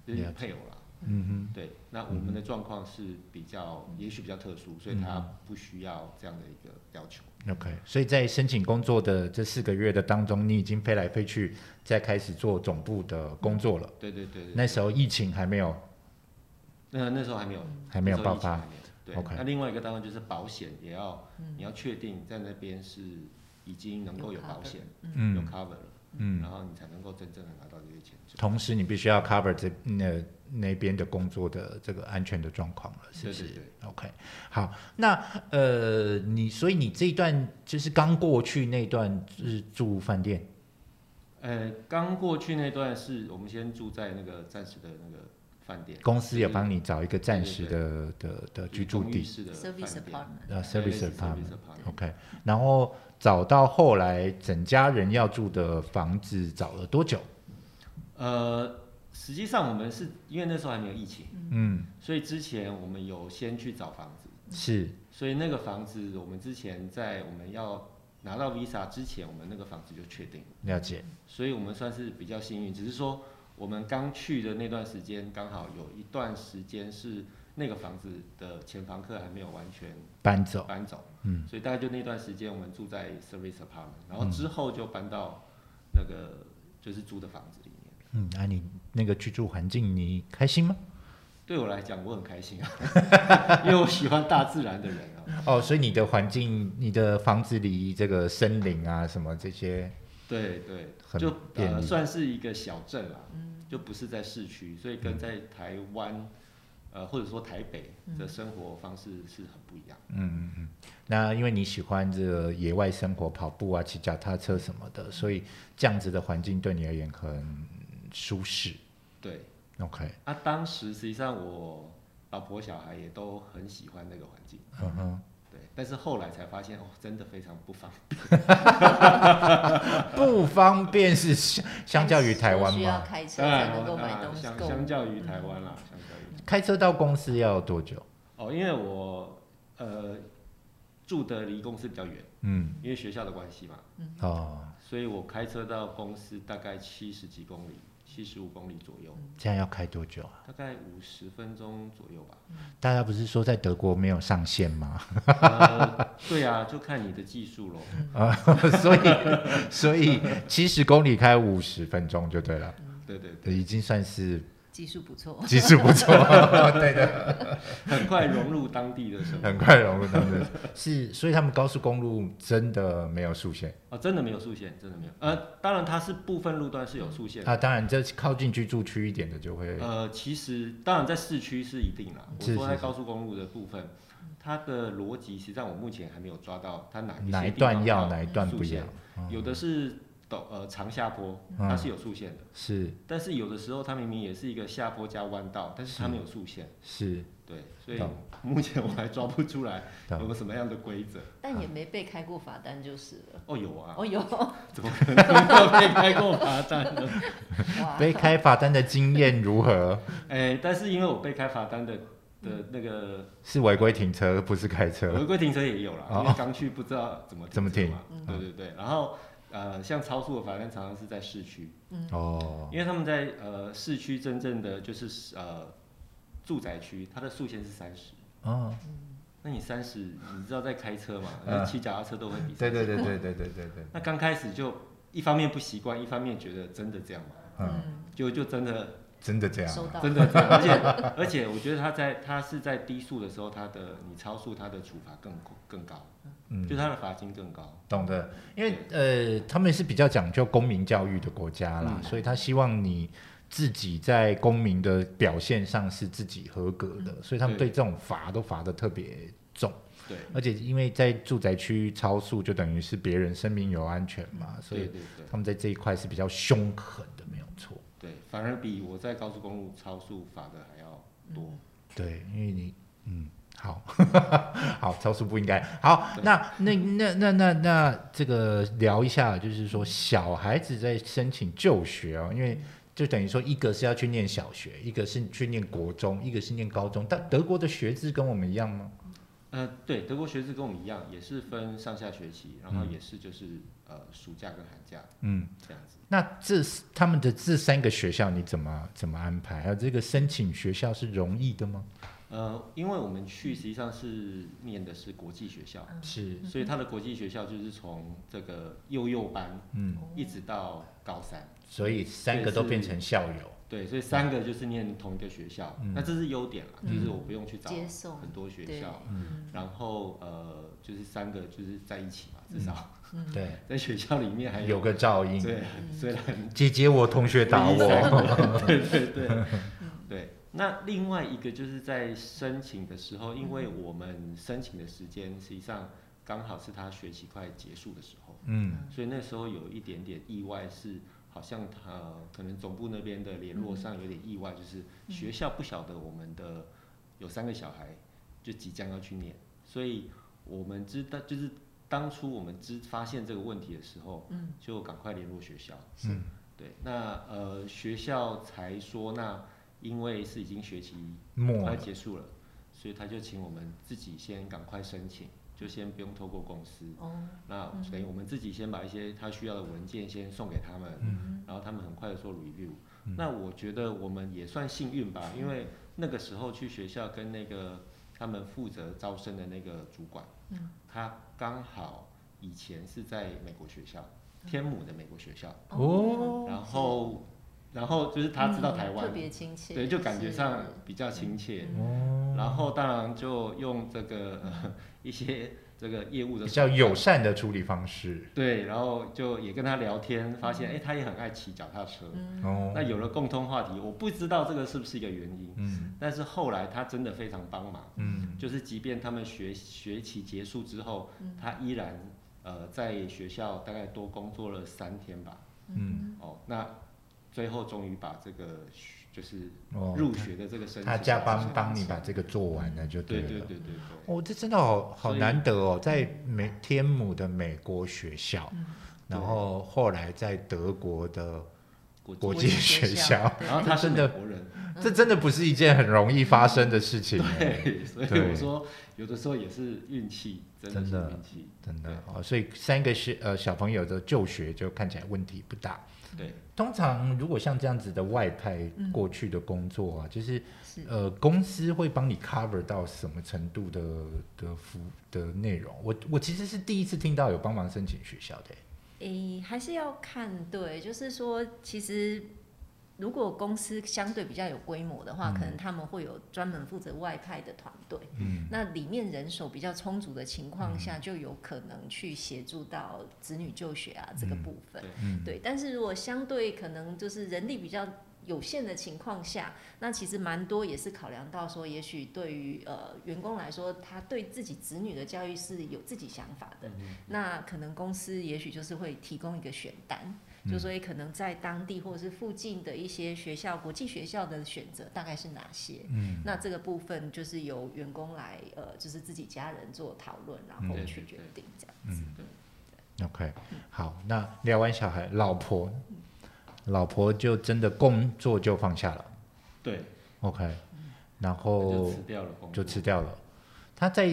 Speaker 2: 就是
Speaker 1: 了
Speaker 2: 配偶啦。
Speaker 1: 嗯嗯
Speaker 2: 对，那我们的状况是比较，也许比较特殊，所以他不需要这样的一个要求。
Speaker 1: 哼，OK。所以在申请工作的这四个月的当中，你已经飞来飞去，在开始做总部的工作了。
Speaker 2: 对对对对，
Speaker 1: 那时候疫情还没有，
Speaker 2: 那那时候还没有，
Speaker 1: 还没有
Speaker 2: 那时候
Speaker 1: 爆
Speaker 2: 疫情
Speaker 1: 发
Speaker 2: 还没有。对
Speaker 1: OK
Speaker 2: 那另外一个当然就是保险，也要你要确定在那边是已经能够有保险，有
Speaker 1: 嗯
Speaker 2: cover 了，
Speaker 1: 嗯。
Speaker 2: 然后你才能够真正的拿到这些签证。
Speaker 1: 同时，你必须要 cover 这那那边的工作的这个安全的状况了，是不是
Speaker 2: 对对
Speaker 1: o k 好，那呃，你所以你这一段就是刚过去那段是住饭店，
Speaker 2: 呃，刚过去那段是我们先住在那个暂时的那个饭店，
Speaker 1: 公司也
Speaker 2: 就是
Speaker 1: 帮你找一个暂
Speaker 2: 对对
Speaker 1: 时
Speaker 2: 对
Speaker 1: 的的的居住
Speaker 2: 公寓
Speaker 1: 地，
Speaker 2: 式的
Speaker 3: service
Speaker 2: 饭店，
Speaker 3: apartment，
Speaker 1: 呃
Speaker 2: 对类
Speaker 1: ，service apartment。
Speaker 2: 似 apartment
Speaker 1: OK，然后找到后来整家人要住的房子找了多久？
Speaker 2: 呃，实际上我们是因为那时候还没有疫情，
Speaker 1: 嗯，
Speaker 2: 所以之前我们有先去找房子，
Speaker 1: 是
Speaker 2: 所以那个房子我们之前在我们要拿到 visa 之前，我们那个房子就确定了，
Speaker 1: 了解，
Speaker 2: 所以我们算是比较幸运，只是说我们刚去的那段时间刚好有一段时间是那个房子的前房客还没有完全
Speaker 1: 搬走，
Speaker 2: 搬走，
Speaker 1: 嗯，
Speaker 2: 所以大概就那段时间我们住在 service apartment，然后之后就搬到那个就是租的房子里面。
Speaker 1: 嗯，那、你那个居住环境你开心吗？
Speaker 2: 对我来讲，我很开心啊， 因为我喜欢大自然的人啊。
Speaker 1: 哦，所以你的环境，你的房子离这个森林啊什么这些，
Speaker 2: 对对，
Speaker 1: 很
Speaker 2: 就
Speaker 1: 便
Speaker 2: 呃
Speaker 1: 利
Speaker 2: 算是一个小镇啦，就不是在市区，所以跟在台湾，呃或者说台北的生活方式是很不一样。
Speaker 1: 嗯嗯嗯。那因为你喜欢这个野外生活，跑步啊、骑脚踏车什么的，所以这样子的环境对你而言很舒适。
Speaker 2: 对，
Speaker 1: OK，
Speaker 2: 啊，当时实际上我老婆小孩也都很喜欢那个环境。
Speaker 1: 嗯哼，
Speaker 2: 对，但是后来才发现哦，真的非常不方便。
Speaker 1: 不方便是相相较于台湾
Speaker 3: 需要
Speaker 1: 吗？
Speaker 3: 开车
Speaker 2: 当
Speaker 3: 才
Speaker 2: 然
Speaker 3: 能够
Speaker 2: 当
Speaker 3: 买
Speaker 2: 然
Speaker 3: 东西
Speaker 2: 啊相
Speaker 3: 购
Speaker 2: 相
Speaker 3: 物。
Speaker 2: 较于台湾啦，相较于
Speaker 1: 开车到公司要多久？
Speaker 2: 哦，因为我呃住的离公司比较远，
Speaker 1: 嗯，
Speaker 2: 因为学校的关系嘛，
Speaker 1: 哦，
Speaker 2: 所以我开车到公司大概七十几公里，七十五公里左右，
Speaker 1: 这样要开多久啊？
Speaker 2: 大概五十分钟左右吧。
Speaker 1: 大家不是说在德国没有上限吗？
Speaker 2: 呃，对啊，就看你的技术咯。
Speaker 1: 啊，所以所以七十公里开五十分钟就对了，
Speaker 2: 对对对，
Speaker 1: 已经算是
Speaker 3: 技术不
Speaker 2: 嗯
Speaker 3: 错，
Speaker 1: 技术不错，对的，
Speaker 2: 很快融入当地的生活。
Speaker 1: 很快融入他们 的。是，所以他们高速公路真的没有速限
Speaker 2: 哦，真的没有速限，真的没有。呃，当然它是部分路段是有速限的。
Speaker 1: 啊。当然，这靠近居住区一点的就会，
Speaker 2: 呃，其实当然在市区是一定啦。我
Speaker 1: 是
Speaker 2: 说
Speaker 1: 是
Speaker 2: 在
Speaker 1: 是
Speaker 2: 高速公路的部分，它的逻辑实际上我目前还没有抓到它哪一些
Speaker 1: 哪一
Speaker 2: 地方
Speaker 1: 段要，
Speaker 2: 要
Speaker 1: 哪一段
Speaker 2: 速
Speaker 1: 不要嗯
Speaker 2: 限。啊有的是陡呃长下坡，它是有速限的，
Speaker 1: 是
Speaker 2: 但是有的时候它明明也是一个下坡加弯道，但是它没有速限。
Speaker 1: 是，
Speaker 2: 对，所以
Speaker 1: 懂
Speaker 2: 目前我还抓不出来有
Speaker 1: 懂
Speaker 2: 没有什么样的规则。
Speaker 3: 但也没被开过罚单就是了。
Speaker 2: 哦，有啊，
Speaker 3: 哦哟，
Speaker 2: 怎么可能 没有被开过罚单呢？
Speaker 3: 哇，
Speaker 1: 被开罚单的经验如何？
Speaker 2: 哎，但是因为我被开罚单的
Speaker 1: 嗯
Speaker 2: 的那个
Speaker 1: 是违规停车，不是开车。
Speaker 2: 违规停车也有啦，
Speaker 1: 哦
Speaker 2: 因为刚去不知道怎么
Speaker 1: 怎么
Speaker 2: 停
Speaker 1: 停
Speaker 2: 车嘛。对对对，然后呃，像超速的罚单常常是在市区，
Speaker 1: 哦，
Speaker 2: 因为他们在呃市区真正的就是呃住宅区，它的速限是三十。
Speaker 1: 哦，
Speaker 2: 那你三十，你知道在开车嘛？
Speaker 1: 嗯
Speaker 2: 那骑脚踏车都会比。
Speaker 1: 对对对。对对对对对，
Speaker 2: 那刚开始就一方面不习惯，一方面觉得真的这样嘛，
Speaker 1: 嗯，
Speaker 3: 嗯，
Speaker 2: 就就真的
Speaker 1: 真的这样
Speaker 3: 收
Speaker 1: 啊，
Speaker 3: 到，
Speaker 2: 真的这样，而且而且我觉得他在他是在低速的时候，他的你超速，他的处罚更更高，
Speaker 1: 嗯
Speaker 2: 就。他的罚金更高。
Speaker 1: 懂的，因为呃，他们是比较讲究公民教育的国家啦，
Speaker 2: 嗯
Speaker 1: 所以他希望你自己在公民的表现上是自己合格的，所以他们对
Speaker 2: 对
Speaker 1: 这种罚都罚的特别重，
Speaker 2: 对，
Speaker 1: 而且因为在住宅区超速，就等于是别人生命有安全嘛，所
Speaker 2: 对
Speaker 1: 以
Speaker 2: 对对
Speaker 1: 他们在这一块是比较凶狠的，没有错。
Speaker 2: 对，反而比我在高速公路超速罚的还要
Speaker 1: 嗯
Speaker 2: 多。
Speaker 1: 对，因为你，嗯，好， 好，超速不应该。好，
Speaker 2: 对
Speaker 1: 那那那那那那这个聊一下，就是说小孩子在申请就学哦，因为就等于说一个是要去念小学，一个是去念国中，一个是念高中。但德国的学制跟我们一样吗？
Speaker 2: 呃，对，德国学制跟我们一样，也是分上下学期，然后
Speaker 1: 嗯
Speaker 2: 也是就是、呃暑假跟寒假
Speaker 1: 嗯，
Speaker 2: 这样子。
Speaker 1: 那这他们的这三个学校你怎么怎么安排？还啊有这个申请学校是容易的吗？
Speaker 2: 呃，因为我们去实际上是念的是国际学校，
Speaker 1: 是，
Speaker 2: 所以他的国际学校就是从这个幼幼班
Speaker 1: 嗯，
Speaker 2: 一直到高三。
Speaker 1: 所以三个都变成校友，
Speaker 2: 对，所以三个就是念同一个学校，
Speaker 1: 嗯
Speaker 2: 那这是优点啦，就是我不用去找
Speaker 3: 接送
Speaker 2: 很多学校，
Speaker 3: 嗯
Speaker 2: 然后呃，就是三个就是在一起嘛，至少
Speaker 3: 嗯，
Speaker 1: 对，
Speaker 2: 在学校里面还
Speaker 1: 有个照应。
Speaker 2: 对，虽然
Speaker 1: 姐姐，我同学打
Speaker 2: 不一样
Speaker 1: 我， 嗯
Speaker 2: 对对对对。那另外一个就是在申请的时候，因为我们申请的时间实际上刚好是他学期快结束的时候，
Speaker 1: 嗯
Speaker 2: 所以那时候有一点点意外是。好像他、呃可能总部那边的联络上有点意外，就是学校不晓得我们的有三个小孩就即将要去念，所以我们知道就是当初我们知发现这个问题的时候，
Speaker 3: 嗯，
Speaker 2: 就赶快联络学校，
Speaker 1: 嗯
Speaker 2: 对，那呃学校才说，那因为是已经学期
Speaker 1: 默
Speaker 2: 快结束了，所以他就请我们自己先赶快申请，就先不用透过公司。
Speaker 3: 哦，
Speaker 2: 那等于我们自己先把一些他需要的文件先送给他们，
Speaker 3: 嗯
Speaker 2: 然后他们很快的做 review。那我觉得我们也算幸运吧，因为那个时候去学校跟那个他们负责招生的那个主管，
Speaker 3: 嗯
Speaker 2: 他刚好以前是在美国学校，
Speaker 3: 嗯
Speaker 2: 天母的美国学校。
Speaker 1: 哦，
Speaker 2: 然后，然后就是他知道台湾
Speaker 3: 嗯特，别亲切，嗯
Speaker 2: 对，就感觉
Speaker 3: 是
Speaker 2: 上比较亲切。
Speaker 1: 哦，
Speaker 2: 然后当然就用这个、 呃、一些这个业务的
Speaker 1: 比较
Speaker 2: 手
Speaker 1: 友
Speaker 2: 段，
Speaker 1: 善的处理方式
Speaker 2: 对，然后就也跟他聊天，发现哎、诶他也很爱骑脚踏车。
Speaker 3: 嗯
Speaker 1: 哦
Speaker 2: 那，有了共通话题，我不知道这个是不是一个原因，
Speaker 1: 嗯
Speaker 2: 但是后来他真的非常帮忙，
Speaker 1: 嗯
Speaker 2: 就是即便他们学学期结束之后，
Speaker 3: 嗯
Speaker 2: 他依然呃在学校大概多工作了三天吧，
Speaker 1: 嗯，
Speaker 2: 哦，那最后终于把这个学就是
Speaker 1: 哦，
Speaker 2: 嗯入学的这个申请，
Speaker 1: 他加班帮你把这个做完了就
Speaker 2: 对
Speaker 1: 了。
Speaker 2: 对对对对，
Speaker 1: 哦，这真的好好
Speaker 2: 所以
Speaker 1: 难得哦，在美天母的美国学校，
Speaker 3: 嗯
Speaker 1: 然后后来在德国的，
Speaker 2: 国际
Speaker 1: 国际学校
Speaker 3: 对
Speaker 2: 然后他是
Speaker 1: 真
Speaker 2: 美
Speaker 1: 的
Speaker 2: 国人，
Speaker 1: 这真的不是一件很容易发生的事情哎，
Speaker 2: 对，所以
Speaker 1: 对
Speaker 2: 我说有的时候也是运气，真的
Speaker 1: 真的
Speaker 2: 是运气，
Speaker 1: 真的哦。所以三个是呃小朋友的就学就看起来问题不大。
Speaker 2: 对，
Speaker 1: 通常如果像这样子的外派
Speaker 3: 嗯
Speaker 1: 过去的工作
Speaker 2: 嗯
Speaker 1: 啊，就是
Speaker 3: 是
Speaker 1: 呃公司会帮你 cover 到什么程度的的服的内容？我我其实是第一次听到有帮忙申请学校的哎，
Speaker 3: 诶，还是要看对，就是说，其实如果公司相对比较有规模的话，可能他们会有专门负责外派的团队。
Speaker 1: 嗯，
Speaker 3: 那里面人手比较充足的情况下，就有可能去协助到子女就学啊这个部分。
Speaker 1: 嗯
Speaker 3: 对，但是如果相对可能就是人力比较有限的情况下，那其实蛮多也是考量到说，也许对于呃员工来说，他对自己子女的教育是有自己想法的，那可能公司也许就是会提供一个选单。就所以可能在当地或者是附近的一些学校、国际学校的选择大概是哪些？
Speaker 1: 嗯，
Speaker 3: 那这个部分就是由员工来呃，就是自己家人做讨论，然
Speaker 1: 嗯
Speaker 3: 后
Speaker 2: 对
Speaker 3: 去
Speaker 2: 对
Speaker 3: 决
Speaker 2: 对
Speaker 3: 定这样。
Speaker 2: 嗯
Speaker 1: OK，好，那聊完小孩，老婆，老婆就真的工作就放下了
Speaker 2: 对，
Speaker 1: ，OK，然
Speaker 2: 他嗯就
Speaker 1: 后
Speaker 2: 辞掉了工
Speaker 1: 哦就
Speaker 2: 作，
Speaker 1: 辞掉了。他在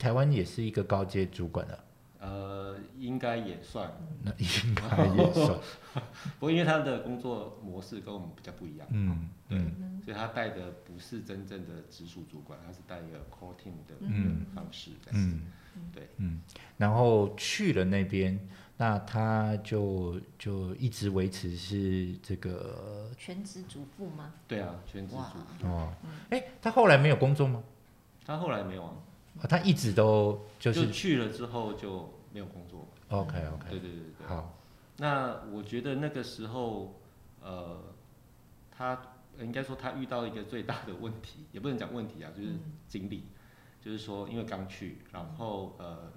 Speaker 1: 台湾也是一个高阶主管了，
Speaker 2: 呃，应该也算，
Speaker 1: 那应该也 算，
Speaker 2: 不过因为他的工作模式跟我们比较不一样，
Speaker 1: 嗯
Speaker 2: 对
Speaker 1: 嗯
Speaker 2: 所以他带的不是真正的直属主管，他是带一个 core team 的
Speaker 1: 嗯
Speaker 2: 方式这样子，
Speaker 1: 嗯，
Speaker 2: 对，
Speaker 1: 嗯，然后去了那边，那他就就一直维持是这个
Speaker 3: 全职主妇吗？
Speaker 2: 对啊，全职
Speaker 3: 哇
Speaker 2: 主妇，
Speaker 1: 哦，哎、他后来没有工作吗？
Speaker 2: 他后来没有啊，
Speaker 1: 哦他一直都就
Speaker 2: 就是去了之后就没有工作，
Speaker 1: OK
Speaker 2: 对
Speaker 1: OK，
Speaker 2: 对对对。
Speaker 1: 好，
Speaker 2: 那我觉得那个时候，呃，他呃应该说他遇到一个最大的问题，也不能讲问题啊，就是
Speaker 3: 嗯
Speaker 2: 经历，就是说因为刚去，然后呃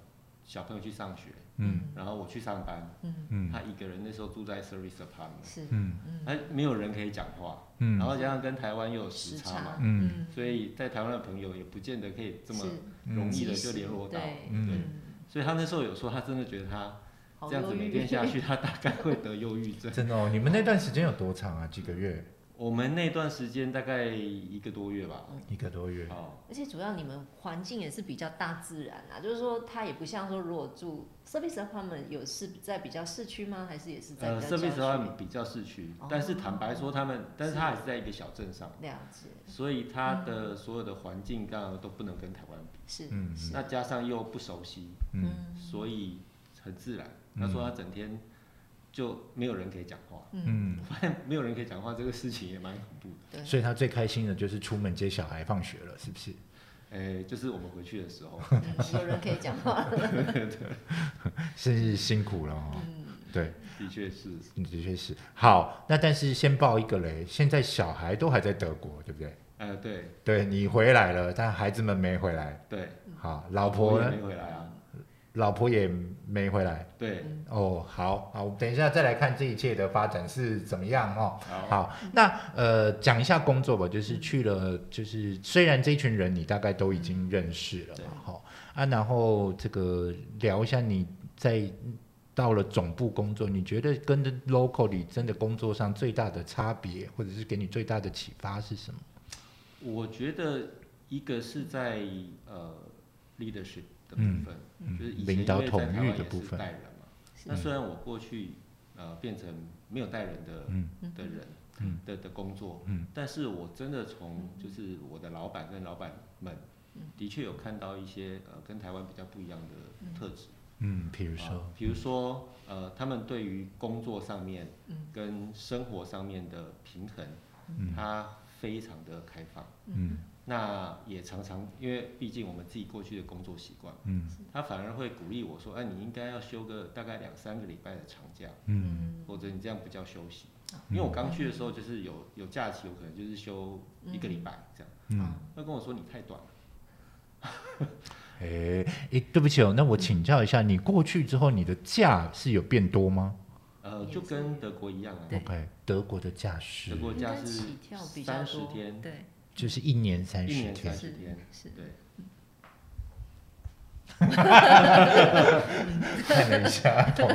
Speaker 2: 小朋友去上学，
Speaker 1: 嗯
Speaker 2: 然后我去上班，
Speaker 3: 嗯，
Speaker 1: 嗯
Speaker 2: 他一个人那时候住在 service apartment，
Speaker 3: 是，
Speaker 1: 嗯
Speaker 2: 他没有人可以讲话，
Speaker 1: 嗯，
Speaker 2: 然后加上跟台湾又有时
Speaker 3: 时
Speaker 2: 差
Speaker 3: 差
Speaker 2: 嘛，，
Speaker 1: 嗯
Speaker 2: 所以在台湾的朋友也不见得可以这么
Speaker 3: 是
Speaker 2: 容易的
Speaker 3: 及
Speaker 2: 就
Speaker 3: 时
Speaker 2: 联络到，
Speaker 3: 对
Speaker 1: 嗯
Speaker 3: 嗯，
Speaker 2: 所以他那时候有说他真的觉得他
Speaker 3: 好
Speaker 2: 这样子
Speaker 3: 忧
Speaker 2: 每
Speaker 3: 郁
Speaker 2: 天下去，他大概会得忧郁症。
Speaker 1: 真的哦，你们那段时间有多长啊？几个月？
Speaker 2: 我们那段时间大概一个多月吧。
Speaker 1: 一个多月，
Speaker 2: 哦，
Speaker 3: 而且主要你们环境也是比较大自然啊，就是说它也不像说如果住 service apartment 有是在比较市区吗？还是也是在
Speaker 2: 呃
Speaker 3: 比较
Speaker 2: ，service
Speaker 3: 郊
Speaker 2: 的
Speaker 3: 区
Speaker 2: 话比较市区
Speaker 3: 哦，
Speaker 2: 但是坦白说，他们，但是
Speaker 3: 是
Speaker 2: 它还是在一个小镇上，
Speaker 3: 了解，
Speaker 2: 所以它的所有的环境当然都不能跟台湾比。
Speaker 3: 是，
Speaker 1: 嗯
Speaker 3: 是
Speaker 2: 那加上又不熟悉，
Speaker 1: 嗯，
Speaker 2: 所以很自然。他说他整天就没有人可以讲话，
Speaker 1: 嗯
Speaker 2: 我发现没有人可以讲话这个事情也蛮恐怖的。
Speaker 3: 对，
Speaker 1: 所以他最开心的就是出门接小孩放学了，是不是？
Speaker 2: 诶，哎就是我们回去的时 候，
Speaker 3: 嗯有人可以讲话了，
Speaker 2: 嗯
Speaker 1: 是辛苦了哦。
Speaker 3: 嗯，
Speaker 1: 对，
Speaker 2: 的确是
Speaker 1: 的确是。好，那但是先报一个雷，现在小孩都还在德国，对不对？
Speaker 2: 呃，对
Speaker 1: 对你回来了，但孩子们没回来。
Speaker 2: 对，
Speaker 1: 好，老婆
Speaker 2: 也
Speaker 1: 呢？
Speaker 2: 没回来啊，
Speaker 1: 老婆也没回来。
Speaker 2: 对，
Speaker 1: 哦，好，好，我们等一下再来看这一切的发展是怎么样哦。
Speaker 2: 好，
Speaker 1: 好，那呃，讲一下工作吧，就是去了，就是虽然这群人你大概都已经认识了
Speaker 2: 对
Speaker 1: 嘛，好啊，然后这个聊一下你在到了总部工作，你觉得跟着 local 里真的工作上最大的差别，或者是给你最大的启发是什么？
Speaker 2: 我觉得一个是在呃 leadership 的部
Speaker 1: 嗯
Speaker 2: 分，
Speaker 1: 嗯
Speaker 2: 就是以前
Speaker 1: 领导
Speaker 2: 因为在
Speaker 1: 统
Speaker 2: 台
Speaker 1: 御
Speaker 2: 湾
Speaker 1: 的
Speaker 2: 也
Speaker 1: 部
Speaker 2: 是
Speaker 1: 分
Speaker 2: 带人嘛，
Speaker 3: 是
Speaker 2: 那虽然我过去呃变成没有带人的
Speaker 1: 嗯
Speaker 2: 的人
Speaker 1: 嗯
Speaker 2: 的的工作，
Speaker 1: 嗯
Speaker 2: 但是我真的从就是我的老板跟老板们，
Speaker 1: 嗯
Speaker 2: 的确有看到一些呃跟台湾比较不一样的特质，
Speaker 1: 嗯，比如说
Speaker 2: 啊，比如说呃他们对于工作上面
Speaker 3: 嗯
Speaker 2: 跟生活上面的平衡，
Speaker 1: 嗯
Speaker 2: 他非常的开放，
Speaker 1: 嗯
Speaker 2: 那也常常因为毕竟我们自己过去的工作习惯，
Speaker 1: 嗯
Speaker 2: 他反而会鼓励我说，哎、你应该要休个大概两三个礼拜的长假，
Speaker 1: 嗯
Speaker 3: 嗯，
Speaker 2: 否则你这样不叫休息。因为我刚去的时候就是有有假期，我可能就是休一个礼拜这样。
Speaker 1: 嗯，
Speaker 2: 他跟我说你太短了，
Speaker 1: 哎、哎，对不起哦，那我请教一下，你过去之后，你的假是有变多吗
Speaker 2: 呃，
Speaker 3: 也
Speaker 2: 就是跟德国一样啊，
Speaker 3: 对
Speaker 1: ？OK，德国的假是
Speaker 2: 德国
Speaker 3: 应
Speaker 2: 假
Speaker 3: 该
Speaker 2: 是
Speaker 3: 起跳比较
Speaker 2: 三十
Speaker 3: 多，
Speaker 2: 天，
Speaker 3: 对，
Speaker 1: 就是一年三
Speaker 2: 一
Speaker 1: 十
Speaker 2: 年
Speaker 1: 天
Speaker 2: 三。十天，
Speaker 3: 是，
Speaker 2: 对，
Speaker 1: 看了一下头。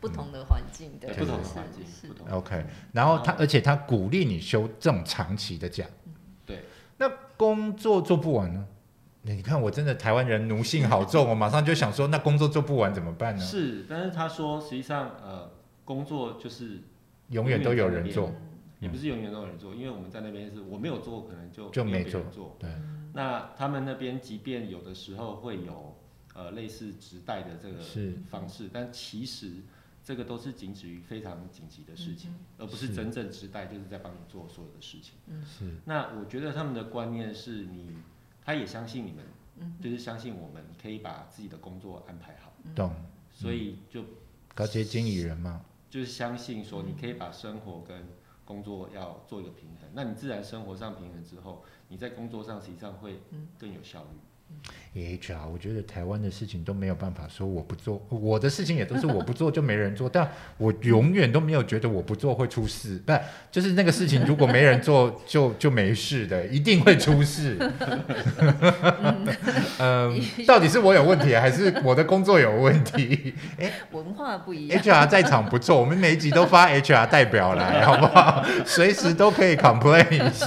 Speaker 3: 不同的环境，对，
Speaker 2: 嗯对不同的
Speaker 3: 是
Speaker 2: 环境，
Speaker 3: 是
Speaker 2: 不同的
Speaker 1: OK，然后他
Speaker 2: 然，后
Speaker 1: 而且他鼓励你休这种长期的假。
Speaker 2: 对，
Speaker 1: 那工作做不完呢？你看，我真的台湾人奴性好重，哦 我马上就想说，那工作做不完怎么办呢？
Speaker 2: 是，但是他说实际上呃，工作就是
Speaker 1: 永远都有人做
Speaker 2: 嗯。也不是永远都有人做，因为我们在那边是我没有做，可能就
Speaker 1: 就
Speaker 2: 没有
Speaker 1: 没
Speaker 2: 别
Speaker 1: 做
Speaker 2: 人做。
Speaker 1: 对，
Speaker 2: 那他们那边即便有的时候会有呃类似直带的这个
Speaker 1: 是
Speaker 2: 方式，但其实这个都是仅止于非常紧急的事
Speaker 3: 嗯
Speaker 2: 情，而不是
Speaker 1: 是
Speaker 2: 真正直带就是在帮你做所有的事情。
Speaker 3: 嗯
Speaker 1: 是，
Speaker 2: 那我觉得他们的观念是你，他也相信你们，
Speaker 3: 嗯
Speaker 2: 就是相信我们可以把自己的工作安排好，
Speaker 1: 懂。
Speaker 2: 所以就
Speaker 1: 高阶经理人嘛，
Speaker 2: 就是相信说
Speaker 3: 嗯
Speaker 2: 你可以把生活跟工作要做一个平衡，那你自然生活上平衡之后，你在工作上实际上会
Speaker 3: 嗯
Speaker 2: 更有效率。
Speaker 1: HR，我觉得台湾的事情都没有办法说我不做，我的事情也都是我不做就没人做， 但我永远都没有觉得我不做会出事，不是，就是那个事情如果没人做 就就没事的，一定会出事。嗯，到底是我有问题还是我的工作有问题
Speaker 3: 嗯文化不一样，
Speaker 1: ？HR 在场不错，我们每一集都发 HR 代表来，好不好？随时都可以 complain 一下。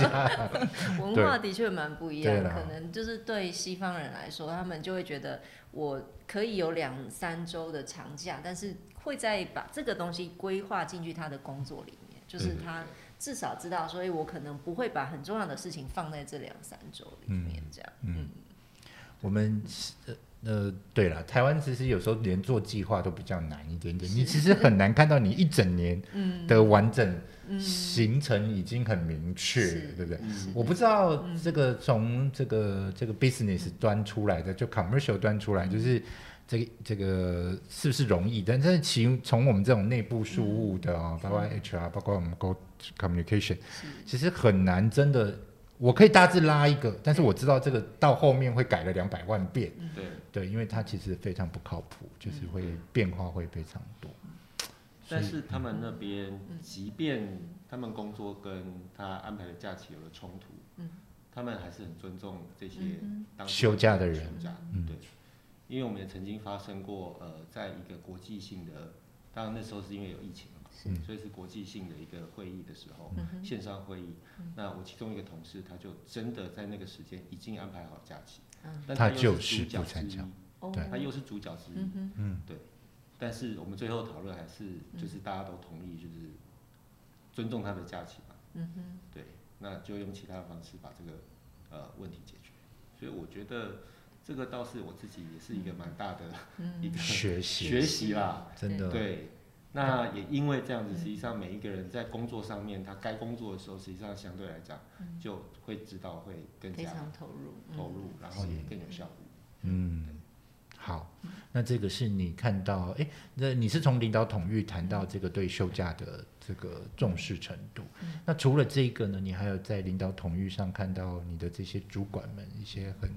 Speaker 3: 文
Speaker 1: 哎对
Speaker 3: 化的确蛮不一
Speaker 1: 对
Speaker 3: 样，
Speaker 1: 啦
Speaker 3: 可能就是对西方人来说，他们就会觉得我可以有两三周的长假，但是会再把这个东西规划进去他的工作里面，就是
Speaker 1: 嗯
Speaker 3: 他至少知道，所以我可能不会把很重要的事情放在这两三周里面，这样，嗯，
Speaker 1: 我们呃呃，对了，台湾其实有时候连做计划都比较难一点点，你其实很难看到你一整年的完整
Speaker 3: 嗯
Speaker 1: 行程已经很明确了，
Speaker 3: 是
Speaker 1: 对不对？
Speaker 3: 是
Speaker 2: 嗯
Speaker 1: 我不知道这个从这个这个 business 端出来的，就 commercial 端出来，就是这个这个是不是容易？但是其从我们这种内部事务的啊、包括 HR，包括我们 go communication，
Speaker 3: 是
Speaker 1: 其实很难真的。我可以大致拉一个，但是我知道这个到后面会改了两百万遍，
Speaker 2: 对，
Speaker 1: 对，因为它其实非常不靠谱，就是会变化会非常多。
Speaker 2: 但是他们那边，即便他们工作跟他安排的假期有了冲突，
Speaker 3: 嗯
Speaker 2: 他们还是很尊重这些当地
Speaker 1: 休假的人
Speaker 2: 休假
Speaker 1: 嗯，
Speaker 2: 对，因为我们也曾经发生过，呃，在一个国际性的，当然那时候是因为有疫情嘛，
Speaker 3: 是
Speaker 1: 嗯
Speaker 2: 所以是国际性的一个会议的时候，
Speaker 3: 嗯哼
Speaker 2: 线上会议
Speaker 3: 嗯。
Speaker 2: 那我其中一个同事，他就真的在那个时间已经安排好假期，
Speaker 3: 嗯
Speaker 2: 但
Speaker 1: 他
Speaker 2: 又
Speaker 1: 就是
Speaker 2: 是主角
Speaker 1: 不参
Speaker 2: 之
Speaker 1: 加
Speaker 2: 一，
Speaker 3: 哦
Speaker 1: 对
Speaker 2: 他又是主角之一。
Speaker 3: 嗯嗯哼
Speaker 1: 嗯，
Speaker 2: 但是我们最后讨论还是就是大家都同意，就是尊重他的假期嘛。
Speaker 3: 嗯哼
Speaker 2: 对，那就用其他的方式把这个呃问题解决。所以我觉得这个倒是我自己也是一个蛮大的一
Speaker 3: 嗯
Speaker 2: 个
Speaker 1: 学
Speaker 2: 学
Speaker 1: 习
Speaker 2: 习啦。
Speaker 1: 真的
Speaker 2: 对，那也因为这样子，实际上每一个人在工作上面，他该工作的时候，实际上相对来讲
Speaker 3: 嗯
Speaker 2: 就会知道会更
Speaker 3: 非
Speaker 2: 加
Speaker 3: 常投入，嗯
Speaker 2: 投入，然后也更有效率。
Speaker 1: 嗯，好，那这个是你看到，诶，那你是从领导统御谈到这个对休假的这个重视程度。
Speaker 3: 嗯
Speaker 1: 那除了这个呢，你还有在领导统御上看到你的这些主管们一些很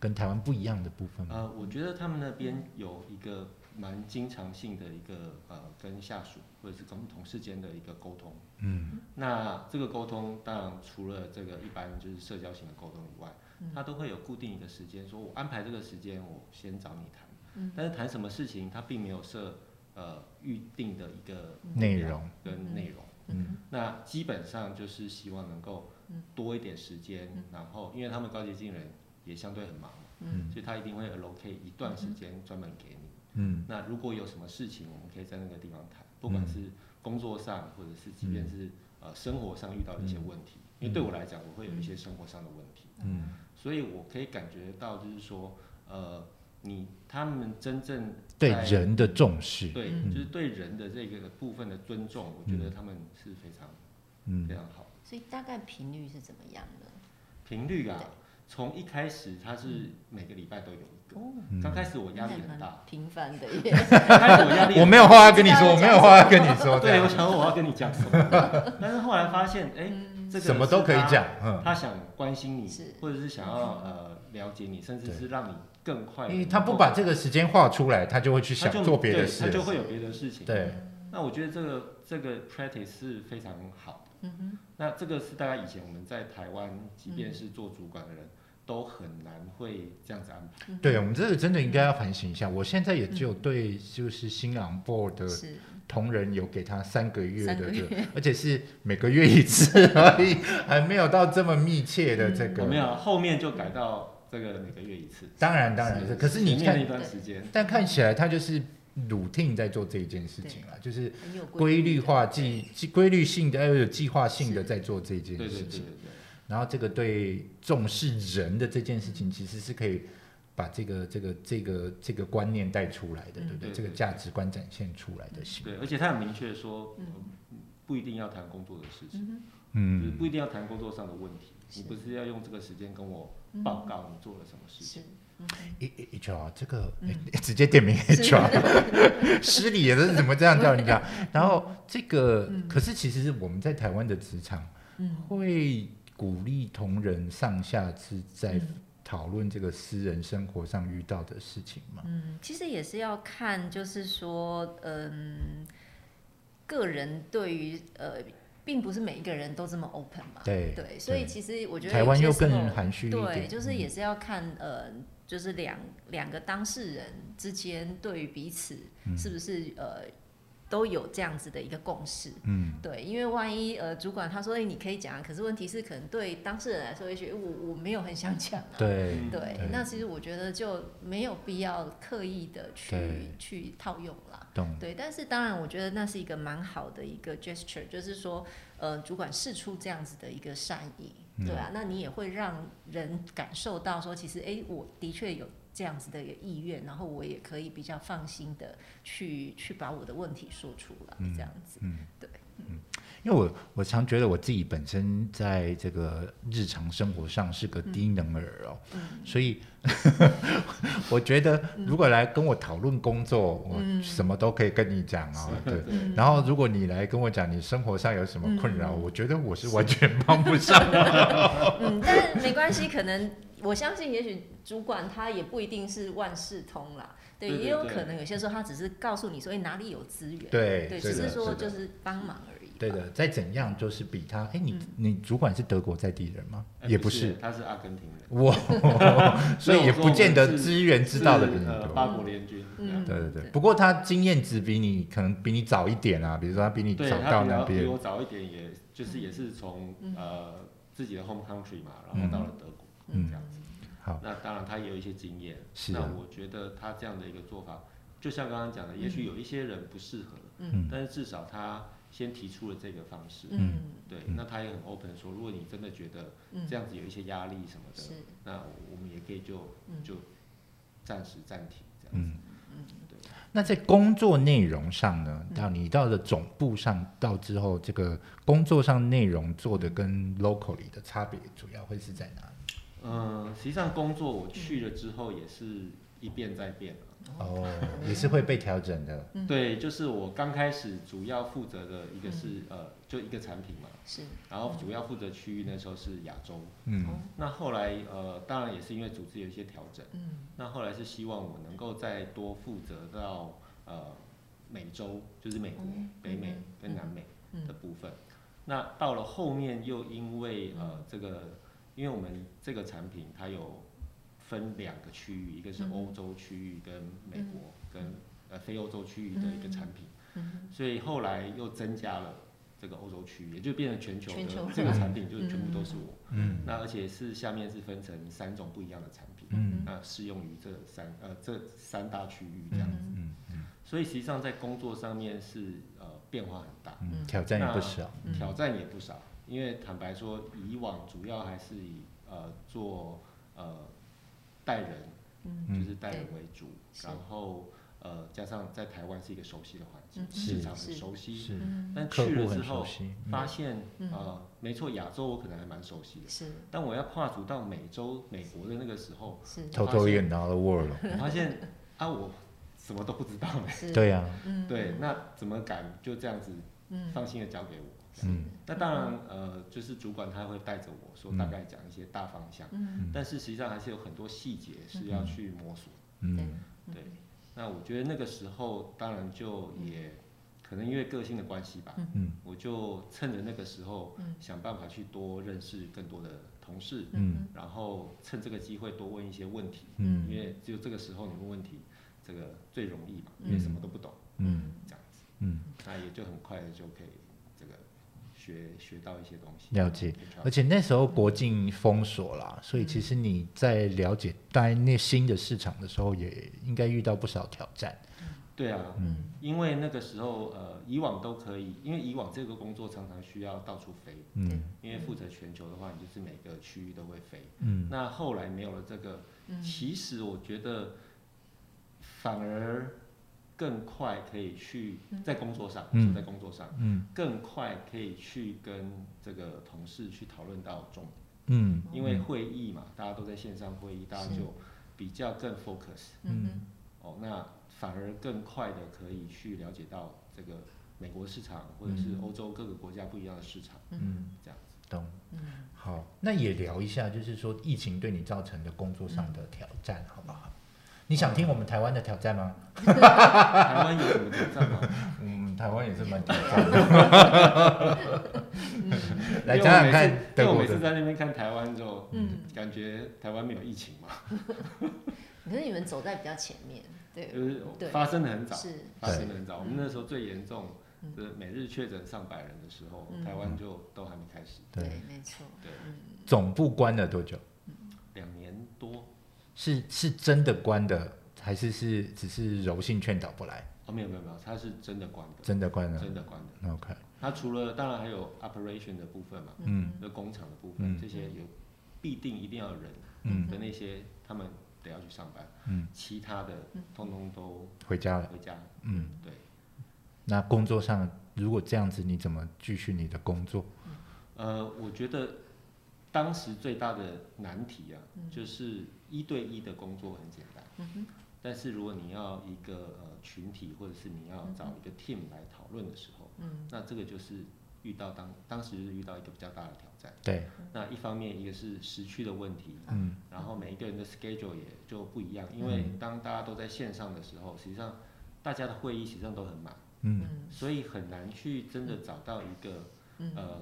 Speaker 1: 跟台湾不一样的部分吗？
Speaker 2: 呃，我觉得他们那边有一个蛮经常性的一个呃，跟下属或者是跟同事间的一个沟通。
Speaker 1: 嗯
Speaker 2: 那这个沟通，当然除了这个一般就是社交型的沟通以外
Speaker 3: 嗯，
Speaker 2: 他都会有固定一个时间，说我安排这个时间，我先找你谈。
Speaker 3: 嗯
Speaker 2: 但是谈什么事情，他并没有设呃预定的一个
Speaker 1: 内容
Speaker 2: 跟内容。
Speaker 1: 嗯
Speaker 2: 那基本上就是希望能够
Speaker 3: 嗯
Speaker 2: 多一点时间，
Speaker 3: 嗯
Speaker 2: 然后因为他们高级经理人也相对很忙嘛，
Speaker 1: 嗯
Speaker 2: 所以他一定会 allocate 一段时间专门给你。
Speaker 1: 嗯
Speaker 2: 那如果有什么事情，我们可以在那个地方谈，不管是工作上，或者是即
Speaker 1: 嗯
Speaker 2: 便是、呃生活上遇到的一些问题，因为对我来讲，我会有一些生活上的问题，
Speaker 1: 嗯
Speaker 2: 所以我可以感觉到就是说，呃，你他们真正
Speaker 1: 对
Speaker 2: 在
Speaker 1: 人的重视，
Speaker 2: 对，
Speaker 3: 嗯
Speaker 2: 就是对人的这个部分的尊重，我觉得他们是非常、
Speaker 1: 嗯
Speaker 2: 非常好。
Speaker 3: 所以大概频率是怎么样的？
Speaker 2: 频率啊，从一开始它是每个礼拜都有一个，
Speaker 3: 哦，
Speaker 1: 嗯
Speaker 2: 刚开始我压力
Speaker 3: 那也
Speaker 2: 很
Speaker 3: 蛮
Speaker 2: 大，
Speaker 3: 频繁的耶，
Speaker 2: 刚开始我压力很大
Speaker 1: 我没有话要跟你说，我没有话要跟你说，这
Speaker 2: 对，我
Speaker 1: 样
Speaker 2: 想说我要跟你讲什么， 但是后来发现，哎、这个
Speaker 1: 什么都可以讲，
Speaker 2: 是他，
Speaker 1: 嗯，
Speaker 2: 他想关心你
Speaker 3: 嗯是，
Speaker 2: 或者是想要呃了解你，甚至是让你更快。
Speaker 1: 因为他不把这个时间画出来，他就会去
Speaker 2: 他
Speaker 1: 想
Speaker 2: 就
Speaker 1: 做别的
Speaker 2: 对
Speaker 1: 事
Speaker 2: 他，就会有别的事情。
Speaker 1: 对，
Speaker 2: 那我觉得这个这个 practice 是非常好的。
Speaker 3: 嗯哼，
Speaker 2: 那这个是大概以前我们在台湾，即便是做主管的人，都很难会这样子安排。
Speaker 1: 对，哦我们这个真的应该要反省一下。我现在也只有对就是新郎 board 的
Speaker 3: 是
Speaker 1: 同仁有给他三个月
Speaker 3: 三
Speaker 1: 的
Speaker 3: 个
Speaker 1: 这
Speaker 3: 月
Speaker 1: 个， 而且是每个月一次而已，还没有到这么密切的这
Speaker 2: 我
Speaker 1: 个。
Speaker 2: 嗯没有，后面就改到这个每个月一次。
Speaker 1: 当然当然是，可是
Speaker 2: 前
Speaker 1: 你
Speaker 2: 面那
Speaker 1: 看，
Speaker 2: 一段时间，
Speaker 1: 但看起来他就是 routine 在做这一件事情了，就是
Speaker 3: 很有
Speaker 1: 规律
Speaker 3: 的
Speaker 1: 化、计计规律性的，要有计划性的
Speaker 3: 是
Speaker 1: 在做这件
Speaker 2: 对对对
Speaker 1: 事
Speaker 2: 对
Speaker 1: 情。
Speaker 2: 对。
Speaker 1: 然后这个对重视人的这件事情，其实是可以把这个这个这个这个观念带出来的，
Speaker 3: 嗯
Speaker 1: 对不对？
Speaker 2: 对
Speaker 1: 这个
Speaker 2: 对
Speaker 1: 价值观展现出来的行为，
Speaker 2: 对，而且他很明确说，
Speaker 3: 嗯
Speaker 2: 呃不一定要谈工作的事情，
Speaker 3: 嗯
Speaker 2: 就是
Speaker 1: 嗯
Speaker 2: 不一定要谈工作上的问题。
Speaker 3: 是
Speaker 2: 你不是要用这个时间跟我
Speaker 3: 哼，
Speaker 2: 报告你做了什么事
Speaker 3: 是
Speaker 2: 情？，
Speaker 3: 嗯哼
Speaker 1: H H R 这个、
Speaker 3: 嗯
Speaker 1: 诶 直接点名 H R，失礼也是怎么这样叫人家？然后这个、
Speaker 3: 嗯
Speaker 1: 可是其实我们在台湾的职场
Speaker 3: 嗯，
Speaker 1: 会鼓励同仁上下次在
Speaker 3: 嗯
Speaker 1: 讨论这个私人生活上遇到的事情嘛？
Speaker 3: 嗯，其实也是要看，就是说，嗯，个人对于呃，并不是每一个人都这么 open 嘛，
Speaker 1: 对
Speaker 3: 对，所以
Speaker 1: 对
Speaker 3: 其实我觉得
Speaker 1: 台
Speaker 3: 有
Speaker 1: 湾
Speaker 3: 些
Speaker 1: 又
Speaker 3: 时
Speaker 1: 更
Speaker 3: 候
Speaker 1: 含蓄一点，
Speaker 3: 对，就是
Speaker 1: 嗯
Speaker 3: 也是要看呃，就是两两个当事人之间对于彼此
Speaker 1: 嗯
Speaker 3: 是不是、呃都有这样子的一个共识。
Speaker 1: 嗯
Speaker 3: 对，因为万一呃，主管他说，哎、你可以讲啊，可是问题是，可能对当事人来说，也许我我没有很想讲啊。
Speaker 1: 对。
Speaker 2: 嗯
Speaker 3: 对
Speaker 1: 对
Speaker 3: 那其实我觉得就没有必要刻意的去
Speaker 1: 对
Speaker 3: 去套用啦。
Speaker 1: 懂，
Speaker 3: 对，但是当然，我觉得那是一个蛮好的一个 gesture，就是说，呃，主管试出这样子的一个善意，
Speaker 1: 嗯
Speaker 3: 对啊，那你也会让人感受到说，其实，哎，我的确有这样子的一个意愿，然后我也可以比较放心的去去把我的问题说出来，
Speaker 1: 嗯
Speaker 3: 这样子，
Speaker 1: 嗯，
Speaker 3: 对，
Speaker 1: 因为我我常觉得我自己本身在这个日常生活上是个低能儿哦，
Speaker 3: 嗯
Speaker 1: 所以 我觉得如果来跟我讨论工作，我什么都可以跟你讲哦，对。
Speaker 3: 嗯
Speaker 1: 然后如果你来跟我讲你生活上有什么困扰，
Speaker 3: 嗯
Speaker 1: 我觉得我是完全帮不上的。
Speaker 3: 嗯，但没关系，可能我相信，也许主管他也不一定是万事通啦，对，
Speaker 2: 对对
Speaker 3: 也有
Speaker 2: 对
Speaker 3: 可能有些时候他只是告诉你说，哎，哪里有资 源，
Speaker 1: 对
Speaker 3: 对，
Speaker 1: 是
Speaker 3: 只
Speaker 1: 的
Speaker 3: 是说
Speaker 1: 是
Speaker 3: 就
Speaker 1: 的
Speaker 3: 是帮忙而已，
Speaker 1: 对的，再怎样就是比他，哎，你
Speaker 3: 嗯
Speaker 1: 你主管是德国在地人吗？
Speaker 2: 哎
Speaker 1: 也
Speaker 2: 不
Speaker 1: 不是，
Speaker 2: 他是阿根廷人，
Speaker 1: 哇，所以也不见得资源知道的比你
Speaker 2: 是呃
Speaker 1: 多。
Speaker 2: 八国联军，
Speaker 3: 嗯
Speaker 1: 对对对，
Speaker 3: 对
Speaker 1: 不过他经验值比你可能比你早一点啊，比如说他比你
Speaker 2: 对
Speaker 1: 早
Speaker 2: 他
Speaker 1: 到
Speaker 2: 比
Speaker 1: 那
Speaker 2: 较比
Speaker 1: 边
Speaker 2: 我，早一点，也就是也
Speaker 3: 嗯
Speaker 2: 是从呃自己的 home country 嘛，然
Speaker 1: 嗯
Speaker 2: 后到了德国
Speaker 1: 嗯
Speaker 2: 这样子。
Speaker 1: 好，
Speaker 2: 那当然他也有一些经验，
Speaker 1: 是
Speaker 2: 那
Speaker 1: 啊
Speaker 2: 我觉得他这样的一个做法，就像刚刚讲的，也
Speaker 3: 嗯
Speaker 2: 许有一些人不适合，
Speaker 1: 嗯
Speaker 2: 但是至少他先提出了这个方式，
Speaker 3: 嗯
Speaker 2: 对，
Speaker 1: 嗯
Speaker 2: 那他也很 open 说，如果你真的觉得
Speaker 3: 嗯，
Speaker 2: 这样子有一些压力什么的，
Speaker 3: 是
Speaker 2: 那我们也可以就
Speaker 3: 嗯
Speaker 2: 就暂时暂停这样子。
Speaker 1: 嗯
Speaker 3: 嗯
Speaker 2: 对。
Speaker 1: 那在工作内容上呢？
Speaker 3: 嗯
Speaker 1: 到你到了总部上到之后，这个工作上内容做的跟 local 里的差别主要会是在哪里？
Speaker 2: 嗯，实际上工作我去了之后也是一变再变啊
Speaker 1: 哦，也是会被调整的。
Speaker 3: 嗯
Speaker 2: 对，就是我刚开始主要负责的一个
Speaker 3: 嗯
Speaker 2: 是、呃，就一个产品嘛，
Speaker 3: 是
Speaker 2: 然
Speaker 3: 嗯
Speaker 2: 后主要负责区域那时候是亚洲。
Speaker 1: 嗯
Speaker 3: 哦
Speaker 2: 那后来呃，当然也是因为组织有一些调整，
Speaker 3: 嗯
Speaker 2: 那后来是希望我能够再多负责到呃美洲，就是美国、
Speaker 3: 嗯
Speaker 2: 北美
Speaker 3: 嗯
Speaker 2: 跟南美的
Speaker 3: 嗯
Speaker 2: 部分。那到了后面又因为呃这个，因为我们这个产品它有分两个区域，一个是
Speaker 3: 嗯
Speaker 2: 欧洲区域跟美国跟呃非欧洲区域的一个产品，
Speaker 3: 嗯
Speaker 2: 所以后来又增加了这个欧洲区域，也就变成全球
Speaker 3: 全球
Speaker 2: 的
Speaker 3: 化
Speaker 2: 这个产品就全部都是我。
Speaker 1: 嗯
Speaker 2: 那而且是下面是分成三种不一样的产品，
Speaker 1: 嗯
Speaker 2: 那适用于这三呃这三大区域这样。
Speaker 1: 嗯嗯
Speaker 2: 所以实际上在工作上面是呃变化很大，
Speaker 1: 嗯，
Speaker 3: 嗯
Speaker 1: 挑战也不少。
Speaker 3: 嗯
Speaker 2: 挑战也不少。因为坦白说，以往主要还是以呃做呃带人，
Speaker 3: 嗯
Speaker 2: 就是带人为主，
Speaker 3: 是
Speaker 2: 然后呃加上在台湾是一个熟悉的环境，
Speaker 3: 嗯
Speaker 1: 是
Speaker 2: 市场很
Speaker 3: 是
Speaker 2: 熟悉。
Speaker 1: 是，
Speaker 3: 嗯
Speaker 2: 但
Speaker 1: 客
Speaker 2: 去
Speaker 1: 户
Speaker 2: 了
Speaker 1: 很
Speaker 2: 之
Speaker 1: 熟
Speaker 2: 后，
Speaker 1: 悉。
Speaker 2: 发现
Speaker 3: 嗯
Speaker 2: 呃没错，亚洲我可能还蛮熟悉的，
Speaker 3: 是
Speaker 2: 但我要跨足到美 洲、美国的那个时候，
Speaker 3: 是
Speaker 1: 偷偷演到了 world 了。
Speaker 2: 我发现啊我什么都不知道呢。
Speaker 3: 是，
Speaker 1: 对啊呀，
Speaker 3: 嗯
Speaker 2: 对，那怎么敢就这样子
Speaker 3: 嗯
Speaker 2: 放心的交给我？
Speaker 1: 嗯
Speaker 2: 那当然，呃，就是主管他会带着我说大概讲一些大方向，
Speaker 3: 嗯
Speaker 2: 但是实际上还是有很多细节是要去摸索。
Speaker 1: 嗯
Speaker 2: 对，那我觉得那个时候当然就也可能因为个性的关系吧，
Speaker 3: 嗯
Speaker 1: 嗯
Speaker 2: 我就趁着那个时候
Speaker 3: 嗯
Speaker 2: 想办法去多认识更多的同事，
Speaker 1: 嗯
Speaker 2: 然后趁这个机会多问一些问题，
Speaker 1: 嗯
Speaker 2: 因为只有这个时候你问问题，这个最容易嘛，
Speaker 3: 嗯
Speaker 2: 因为什么都不懂
Speaker 1: 嗯
Speaker 2: 这样子，
Speaker 1: 嗯，
Speaker 2: 那也就很快的就可以这个学学到一些东西。
Speaker 1: 了解。
Speaker 2: HR
Speaker 1: 而且那时候国境封锁啦，所以其
Speaker 2: 嗯
Speaker 1: 实你在了解在那新的市场的时候，也应该遇到不少挑战。
Speaker 2: 对啊，
Speaker 3: 嗯
Speaker 2: 因为那个时候呃，以往都可以，因为以往这个工作常常需要到处飞，
Speaker 1: 嗯
Speaker 2: 因为负责全球的话，你就是每个区域都会飞。
Speaker 1: 嗯
Speaker 2: 那后来没有了这个，
Speaker 3: 嗯
Speaker 2: 其实我觉得反而更快可以去在工作上，
Speaker 1: 嗯
Speaker 2: 说在工作上
Speaker 1: 嗯
Speaker 2: 更快可以去跟这个同事去讨论到重点，
Speaker 1: 嗯，
Speaker 2: 因为会议嘛，大家都在线上会议，大家
Speaker 3: 是
Speaker 2: 就比较更 focus。
Speaker 3: 嗯
Speaker 2: 哦，那反而更快的可以去了解到这个美国市场或者是
Speaker 3: 嗯
Speaker 2: 欧洲各个国家不一样的市场，
Speaker 1: 嗯
Speaker 2: 这样子。
Speaker 1: 懂。
Speaker 3: 嗯
Speaker 1: 好，那也聊一下，就是说疫情对你造成的工作上的挑战，好不好？你想听我们台湾的挑战吗？
Speaker 2: 台湾有什么挑 战吗？
Speaker 1: 嗯，台湾也是蛮挑战的。来
Speaker 2: 因为
Speaker 1: 讲
Speaker 2: 我
Speaker 1: 讲
Speaker 2: 每次
Speaker 1: 看
Speaker 2: 因为
Speaker 1: 德
Speaker 2: 我
Speaker 1: 国
Speaker 2: 每次
Speaker 1: 的，
Speaker 2: 在那边看台湾之后，
Speaker 3: 嗯，
Speaker 2: 感觉台湾没有疫情嘛，
Speaker 3: 可是你们走在比较前面，对，
Speaker 2: 就是
Speaker 3: 对
Speaker 2: 发生的很早，
Speaker 3: 是
Speaker 2: 发生
Speaker 3: 是
Speaker 2: 的很早。我们那时候最严重。
Speaker 1: 嗯
Speaker 2: 就是每日确诊上百人的时候，
Speaker 3: 嗯
Speaker 2: 台湾就都还没开始，
Speaker 1: 对，
Speaker 3: 对，没错，
Speaker 2: 对，
Speaker 3: 嗯
Speaker 1: 总部关了多久？
Speaker 2: 两年多，
Speaker 1: 是是真的关的，还是是只是柔性劝导不来？
Speaker 2: 哦，没有没有没有，它是真的关的，
Speaker 1: 真的关了
Speaker 2: 真的关的。
Speaker 1: ，OK，
Speaker 2: 它除了当然还有 operation 的部分嘛，
Speaker 1: 嗯
Speaker 2: 就工厂的部
Speaker 1: 嗯
Speaker 2: 分，这些有必定一定要有人
Speaker 1: 嗯，
Speaker 2: 的那些，他们得要去上班，
Speaker 1: 嗯
Speaker 2: 其他的通通都
Speaker 1: 回家了，
Speaker 2: 回家，
Speaker 1: 嗯，
Speaker 2: 对，
Speaker 1: 那工作上如果这样子，你怎么继续你的工作？
Speaker 2: 呃，我觉得当时最大的难题啊，就是一对一的工作很简单，
Speaker 3: 嗯哼
Speaker 2: 但是如果你要一个呃群体，或者是你要找一个 team 来讨论的时候，
Speaker 3: 嗯
Speaker 2: 那这个就是遇到当当时就是遇到一个比较大的挑战。
Speaker 1: 对，
Speaker 3: 嗯
Speaker 2: 那一方面，一个是时区的问题，
Speaker 1: 嗯
Speaker 2: 然后每一个人的 schedule 也
Speaker 3: 嗯
Speaker 2: 就不一样，因为当大家都在线上的时候，实际上大家的会议实际上都很满，
Speaker 1: 嗯，
Speaker 3: 嗯
Speaker 2: 所以很难去真的找到一个
Speaker 3: 嗯，
Speaker 2: 呃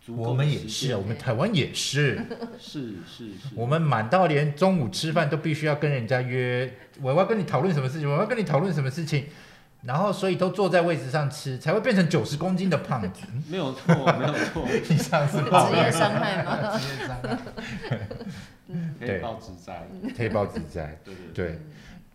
Speaker 2: 足
Speaker 1: 我
Speaker 2: 够的
Speaker 1: 们
Speaker 2: 时
Speaker 1: 也是，啊
Speaker 2: 间
Speaker 1: 我们台湾也是，
Speaker 2: 是是是，
Speaker 1: 我们满到连中午吃饭都必须要跟人家约，我要跟你讨论什么事情，我要跟你讨论什么事情，然后所以都坐在位置上吃，才会变成九十公斤的胖子。
Speaker 2: 没有错没有 错，
Speaker 1: 以上是报
Speaker 3: 职业伤害吗？
Speaker 1: 职业伤害，
Speaker 2: 可
Speaker 1: 对
Speaker 2: 以报职灾，
Speaker 1: 黑豹之灾。
Speaker 2: 对对对
Speaker 1: 对，
Speaker 3: 嗯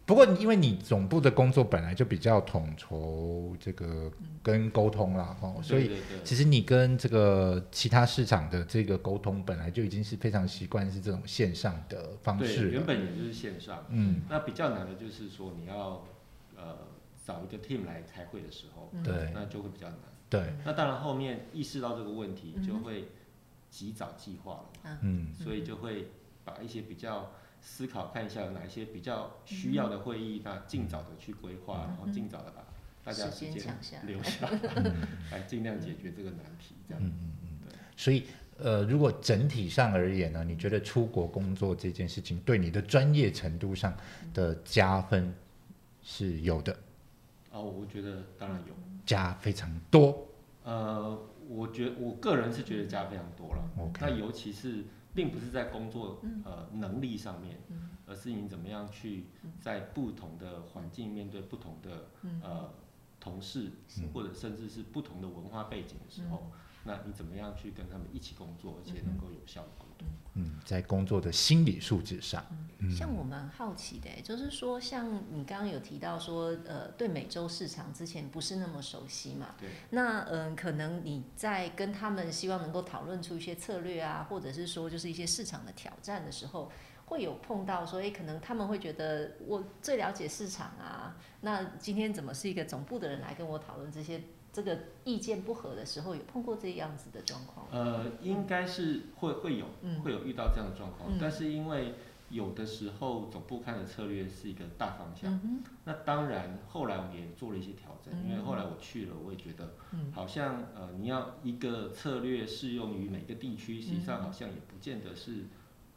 Speaker 1: 不过因为你总部的工作本来就比较统筹这个跟沟通啦，哦，所以
Speaker 2: 对对对
Speaker 1: 其实你跟这个其他市场的这个沟通本来就已经是非常习惯是这种线上的方
Speaker 2: 对
Speaker 1: 式
Speaker 2: 原
Speaker 1: 了。
Speaker 2: 本也就是线上，
Speaker 1: 嗯，
Speaker 2: 那比较难的就是说你要呃找一个 team 来开会的时候，
Speaker 3: 嗯，
Speaker 1: 对
Speaker 2: 那就会比较难。
Speaker 1: 对，
Speaker 2: 那当然后面意识到这个问题
Speaker 3: 嗯，哼
Speaker 2: 就会及早计划了，
Speaker 1: 嗯
Speaker 2: 所以就会把一些比较思考看一下有哪一些比较需要的会
Speaker 1: 嗯
Speaker 2: 议，那尽早的去规划，然后尽早的把大家
Speaker 3: 时
Speaker 2: 时
Speaker 3: 间
Speaker 2: 间
Speaker 3: 抢下来
Speaker 2: 留下来，
Speaker 1: 嗯。
Speaker 2: 来尽量解决这个难题，这样。
Speaker 1: 嗯嗯嗯，所以呃，如果整体上而言呢，你觉得出国工作这件事情对你的专业程度上的加分是有的，
Speaker 2: 哦，我觉得当然有，
Speaker 1: 加非常多。
Speaker 2: 呃，我觉我个人是觉得加非常多
Speaker 3: 嗯
Speaker 2: 了。那
Speaker 1: OK，
Speaker 2: 尤其是并不是在工作呃能力上面，
Speaker 3: 嗯
Speaker 2: 而是你怎么样去在不同的环境面对不同的
Speaker 3: 嗯
Speaker 2: 呃同事，或者甚至是不同的文化背景
Speaker 3: 嗯
Speaker 2: 的时候，那你怎么样去跟他们一起工作，而且能够有效的沟通？
Speaker 1: 嗯，在工作的心理素质上，
Speaker 3: 像我蛮好奇的欸，就是说，像你刚刚有提到说，呃，对美洲市场之前不是那么熟悉嘛，
Speaker 2: 对，
Speaker 3: 那嗯、呃可能你在跟他们希望能够讨论出一些策略啊，或者是说就是一些市场的挑战的时候，会有碰到说，诶，可能他们会觉得我最了解市场啊，那今天怎么是一个总部的人来跟我讨论这些这个意见不合的时候，有碰过这样子的状况吗？
Speaker 2: 呃，应该是会会有
Speaker 3: 嗯
Speaker 2: 会有遇到这样的状况，
Speaker 3: 嗯
Speaker 2: 但是因为有的时候总部看的策略是一个大方向，
Speaker 3: 嗯哼，
Speaker 2: 那当然，后来我们也做了一些调整，因为
Speaker 3: 嗯
Speaker 2: 后来我去了，我也觉得
Speaker 3: 嗯，
Speaker 2: 好像呃，你要一个策略适用于每个地区，实际上好像也不见得是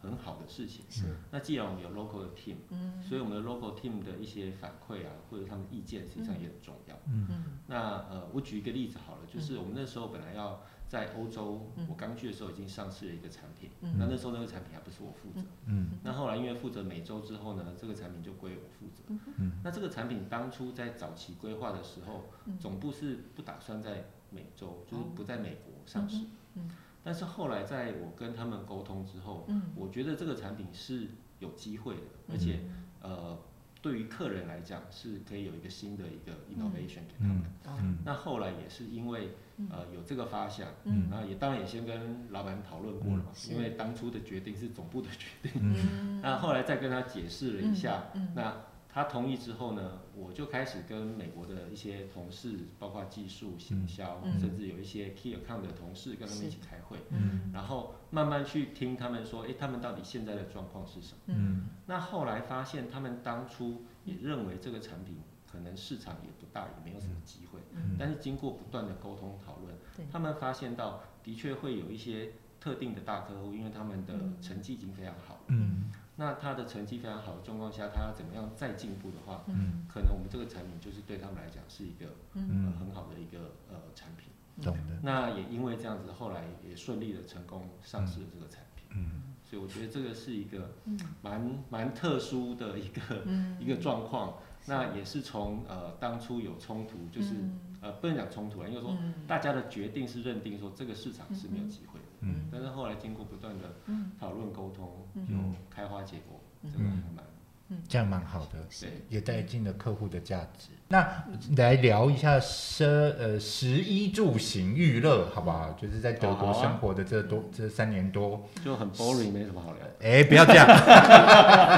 Speaker 2: 很好的事情。
Speaker 3: 嗯是，
Speaker 2: 那既然我们有 local 的 team，
Speaker 3: 嗯
Speaker 2: 所以我们的 local team 的一些反馈啊，或者他们的意见，实际上也很重要。
Speaker 3: 嗯
Speaker 2: 那呃，我举一个例子好了，就是我们那时候本来要在欧洲，
Speaker 3: 嗯
Speaker 2: 我刚去的时候已经上市了一个产品，
Speaker 3: 嗯
Speaker 2: 那那时候那个产品还不是我负责。
Speaker 1: 嗯
Speaker 2: 那后来因为负责美洲之后呢，这个产品就归我负责。
Speaker 1: 嗯
Speaker 2: 那这个产品当初在早期规划的时候，
Speaker 3: 嗯
Speaker 2: 总部是不打算在美洲，就是不在美国上市。
Speaker 3: 嗯
Speaker 2: 但是后来在我跟他们沟通之后，
Speaker 3: 嗯
Speaker 2: 我觉得这个产品是有机会的，
Speaker 3: 嗯
Speaker 2: 而且呃，对于客人来讲是可以有一个新的一个
Speaker 3: 嗯
Speaker 2: innovation 给他们。
Speaker 3: 哦
Speaker 1: 嗯
Speaker 2: 那后来也是因为
Speaker 3: 嗯
Speaker 2: 呃有这个发想，
Speaker 1: 嗯
Speaker 2: 然后也当然也先跟老板讨论过了嘛，
Speaker 3: 嗯
Speaker 2: 因为当初的决定是总部的决定。
Speaker 3: 嗯
Speaker 2: 那后来再跟他解释了一下，
Speaker 3: 嗯嗯
Speaker 2: 那他同意之后呢，我就开始跟美国的一些同事，包括技术、行销，
Speaker 3: 嗯
Speaker 2: 甚至有一些 key account 的同事，跟他们一起开会，
Speaker 1: 嗯
Speaker 2: 然后慢慢去听他们说，诶，他们到底现在的状况是什么？
Speaker 1: 嗯
Speaker 2: 那后来发现，他们当初也认为这个产品可能市场也不大，也没有什么机会。
Speaker 1: 嗯
Speaker 2: 但是经过不断的沟通讨论
Speaker 3: 对，
Speaker 2: 他们发现到的确会有一些特定的大客户，因为他们的
Speaker 3: 嗯
Speaker 2: 成绩已经非常好了。
Speaker 1: 嗯
Speaker 2: 那他的成绩非常好的状况下，他要怎么样再进步的话，
Speaker 3: 嗯
Speaker 2: 可能我们这个产品就是对他们来讲是一个、呃
Speaker 1: 嗯，
Speaker 2: 很好的一个呃产品。
Speaker 1: 懂的。
Speaker 2: 那也因为这样子，后来也顺利的成功上市了这个产品。
Speaker 1: 嗯
Speaker 2: 所以我觉得这个是一个
Speaker 3: 嗯
Speaker 2: 蛮蛮特殊的一个、
Speaker 3: 嗯
Speaker 2: 一个状况。那也是从呃当初有冲突，就是、
Speaker 3: 嗯
Speaker 2: 呃不能讲冲突啊，应该说
Speaker 3: 嗯
Speaker 2: 大家的决定是认定说这个市场是没有机会的。
Speaker 1: 嗯
Speaker 2: 但是后来经过不断的
Speaker 3: 嗯
Speaker 2: 讨论沟通，
Speaker 3: 嗯
Speaker 2: 有开花结果，
Speaker 3: 嗯
Speaker 2: 这个还蛮
Speaker 1: 这样蛮好的。
Speaker 3: 是
Speaker 2: 对
Speaker 1: 也带进了客户的价值。那来聊一下奢呃食衣住行娱乐，好不好？就是在德国
Speaker 2: 好啊
Speaker 1: 生活的这多、这三年多，
Speaker 2: 就很 boring，没什么好聊。
Speaker 1: 哎，不要这样，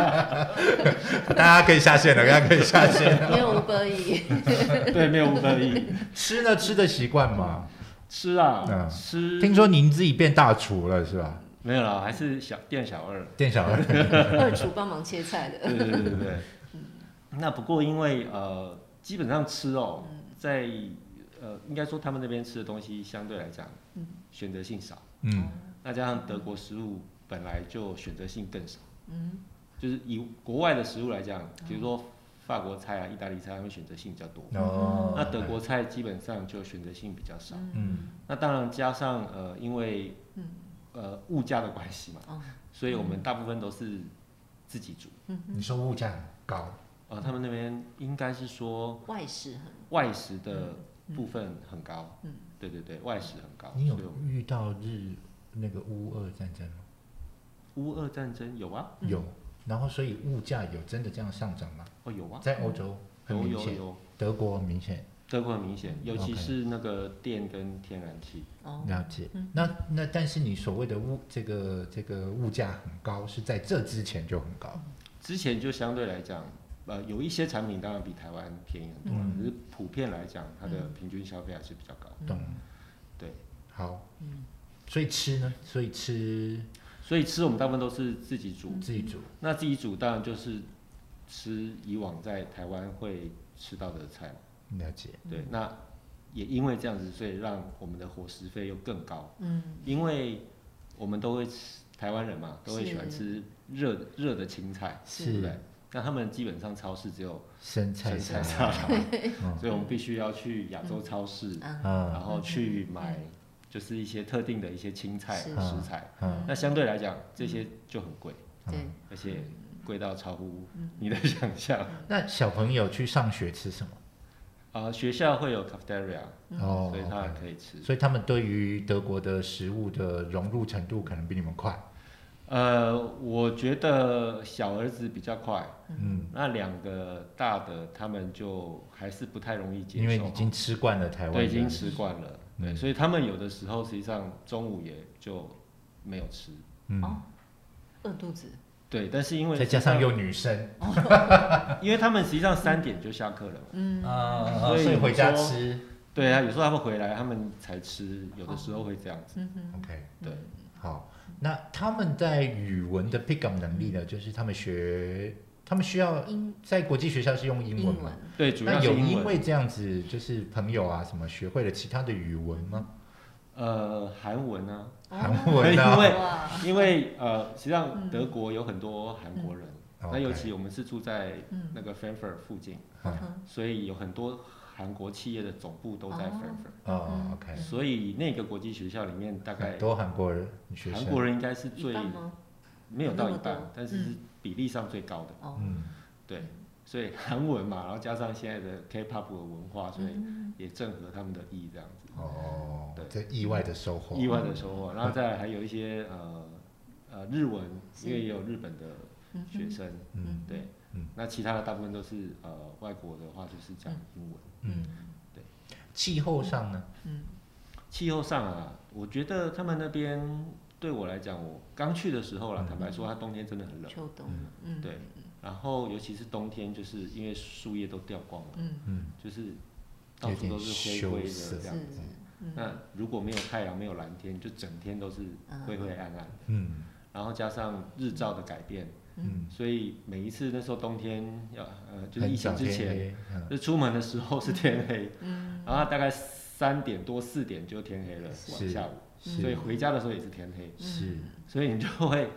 Speaker 1: 大家可以下线了，大家可以下线。
Speaker 3: 没有 Uber E，
Speaker 2: 对，没有五分一。
Speaker 1: 吃呢，吃的习惯嘛。
Speaker 2: 吃啊，
Speaker 1: 嗯
Speaker 2: 吃
Speaker 1: 听说您自己变大厨了是吧？
Speaker 2: 没有啦，还是小店小二。
Speaker 1: 店小二，
Speaker 3: 二厨帮忙切菜的。
Speaker 2: 对对对对 对。嗯那不过因为呃，基本上吃哦，在呃，应该说他们那边吃的东西相对来讲
Speaker 3: 嗯，
Speaker 2: 选择性少。
Speaker 1: 嗯
Speaker 2: 那加上德国食物本来就选择性更少，
Speaker 3: 嗯
Speaker 2: 就是以国外的食物来讲，比如说法国菜啊、意大利菜，他们选择性比较多。
Speaker 1: 哦，
Speaker 2: 那德国菜基本上就选择性比较少。
Speaker 1: 嗯
Speaker 2: 那当然加上呃，因为
Speaker 3: 嗯
Speaker 2: 呃物价的关系嘛，
Speaker 3: 哦
Speaker 2: 所以我们大部分都是自己煮。
Speaker 1: 你说物价很高，
Speaker 2: 呃，他们那边应该是说
Speaker 3: 外食很
Speaker 2: 外食的部分很高。嗯，对对对，外食很高。
Speaker 1: 你有
Speaker 2: 所以我们
Speaker 1: 遇到日那个乌俄战争吗？
Speaker 2: 乌俄战争有啊？
Speaker 1: 有，然后所以物价有真的这样上涨吗？
Speaker 2: 哦，有啊，
Speaker 1: 在欧洲很
Speaker 2: 有
Speaker 1: 明
Speaker 2: 有
Speaker 1: 显，
Speaker 2: 有。
Speaker 1: 德国明显
Speaker 2: 德国很明显，尤其
Speaker 1: OK
Speaker 2: 是那个电跟天然气。
Speaker 3: 哦，
Speaker 1: 了解
Speaker 3: 嗯。
Speaker 1: 那那但是你所谓的物这个这个物价很高，是在这之前就很高。
Speaker 2: 之前就相对来讲，呃，有一些产品当然比台湾便宜很多，
Speaker 1: 嗯
Speaker 2: 可是普遍来讲，它的平均消费还是比较高。
Speaker 1: 懂？
Speaker 2: 对，
Speaker 1: 好。所以吃呢？所以吃
Speaker 2: 所以吃我们大部分都是自己煮，
Speaker 1: 自己煮，
Speaker 2: 那自己煮当然就是吃以往在台湾会吃到的菜嘛。
Speaker 1: 了解。
Speaker 2: 对，那也因为这样子，所以让我们的伙食费又更高，
Speaker 3: 嗯，
Speaker 2: 因为我们都会吃台湾人嘛，都会喜欢
Speaker 3: 是
Speaker 2: 吃热热的青菜，对不对
Speaker 1: 是？
Speaker 2: 那他们基本上超市只有
Speaker 1: 生
Speaker 2: 生
Speaker 1: 菜
Speaker 2: 菜
Speaker 1: 沙
Speaker 2: 沙
Speaker 1: 拉。
Speaker 2: 拉，所以我们必须要去亚洲超市，然
Speaker 1: 嗯
Speaker 2: 后去买就是一些特定的一些青菜
Speaker 3: 是
Speaker 2: 食材。
Speaker 1: 嗯，
Speaker 2: 那相对来讲，这些就很贵，
Speaker 3: 对，
Speaker 2: 而且贵到超乎你的想象。
Speaker 1: 那小朋友去上学吃什么？
Speaker 2: 啊，学校会有 cafeteria，
Speaker 1: 哦
Speaker 2: 所以他
Speaker 1: OK
Speaker 2: 可以吃。
Speaker 1: 所以他们对于德国的食物的融入程度可能比你们快。
Speaker 2: 呃，我觉得小儿子比较快，
Speaker 1: 嗯，
Speaker 2: 那两个大的他们就还是不太容易接
Speaker 1: 因为
Speaker 2: 受
Speaker 1: 已，经吃惯了台湾
Speaker 2: 对，
Speaker 1: 人，
Speaker 2: 已经吃惯了，对，
Speaker 1: 嗯
Speaker 2: 所以他们有的时候实际上中午也就没有吃。
Speaker 1: 嗯，
Speaker 3: 哦，饿肚子，
Speaker 2: 对，但是因为
Speaker 1: 再加上
Speaker 2: 有，
Speaker 1: 又女生
Speaker 2: 因为他们实际上三点就下课了嘛，
Speaker 1: 啊
Speaker 2: 所以
Speaker 1: 所以回家
Speaker 2: 你说
Speaker 1: 吃。
Speaker 2: 对啊，有时候他们回来他们才吃，有的时候会这样子。
Speaker 3: 嗯哼，
Speaker 1: OK，
Speaker 2: 对，
Speaker 1: 好，那他们在语文的 pick up 能力呢，就是他们学，他们需要
Speaker 3: 英
Speaker 1: 在国际学校是用英文
Speaker 3: 英
Speaker 1: 嘛？
Speaker 3: 文，
Speaker 2: 对，主
Speaker 1: 那
Speaker 2: 要是
Speaker 1: 有
Speaker 2: 英
Speaker 1: 因
Speaker 2: 文。
Speaker 1: 为这样子，就是朋友啊什么学会了其他的语文吗？
Speaker 2: 呃，韩文啊，
Speaker 1: 韩文
Speaker 2: 因
Speaker 1: 啊，
Speaker 2: 为
Speaker 3: 哇，
Speaker 2: 因为呃，实际上
Speaker 3: 嗯
Speaker 2: 德国有很多韩国人，那
Speaker 1: 嗯哦 OK，
Speaker 2: 尤其我们是住在
Speaker 3: 嗯
Speaker 2: 那个 Frankfurt 附近，
Speaker 1: 嗯
Speaker 2: 所以有很多韩国企业的总部都在
Speaker 3: 哦
Speaker 2: Frankfurt，
Speaker 1: 哦，OK，
Speaker 2: 所以那个国际学校里面大概
Speaker 1: 很多韩国人学
Speaker 2: 韩
Speaker 1: 生，
Speaker 2: 国人应该是
Speaker 3: 一
Speaker 2: 最
Speaker 3: 般吗？
Speaker 2: 没有到一
Speaker 3: 那么多
Speaker 2: 半，但是是比例上最高的。
Speaker 3: 哦，
Speaker 1: 嗯，
Speaker 2: 对，所以韩文嘛，然后加上现在的 K-pop 的文化，所以
Speaker 3: 嗯
Speaker 2: 也正合他们的意这样子，
Speaker 1: 哦
Speaker 2: 对，
Speaker 1: 这意外的收获，
Speaker 2: 意外的收获。然后再来还有一些呃呃日文，因为也有日本的
Speaker 3: 嗯
Speaker 2: 学生，
Speaker 1: 嗯，
Speaker 2: 对
Speaker 1: 嗯，
Speaker 2: 那其他的大部分都是呃外国的话就是讲
Speaker 3: 嗯
Speaker 2: 英文。
Speaker 1: 气候上呢，
Speaker 2: 气候上啊，我觉得他们那边对我来讲，我刚去的时候
Speaker 1: 嗯
Speaker 2: 啦，坦白说，它冬天真的很冷，
Speaker 3: 秋冬，嗯，
Speaker 2: 对。然后尤其是冬天，就是因为树叶都掉光了，
Speaker 3: 嗯，
Speaker 1: 嗯，
Speaker 2: 就是到处都是灰灰
Speaker 1: 有点
Speaker 2: 的
Speaker 1: 羞涩
Speaker 2: 这
Speaker 3: 是
Speaker 2: 样子。，那如果没有太阳，没有蓝天，就整天都是灰灰暗暗。
Speaker 1: 嗯
Speaker 2: 然后加上日照的改变，
Speaker 1: 嗯，
Speaker 2: 所以每一次那时候冬天要呃，就是
Speaker 1: 很
Speaker 2: 疫情
Speaker 1: 早
Speaker 2: 之
Speaker 1: 天
Speaker 2: 前，
Speaker 1: 黑，嗯
Speaker 2: 就出门的时候是天黑，
Speaker 3: 嗯
Speaker 2: 然后大概三点多四点就天黑了，
Speaker 1: 是
Speaker 2: 晚下午，
Speaker 1: 是
Speaker 2: 所以回家的时候也是天黑，
Speaker 1: 是
Speaker 3: 嗯
Speaker 2: 所以你就会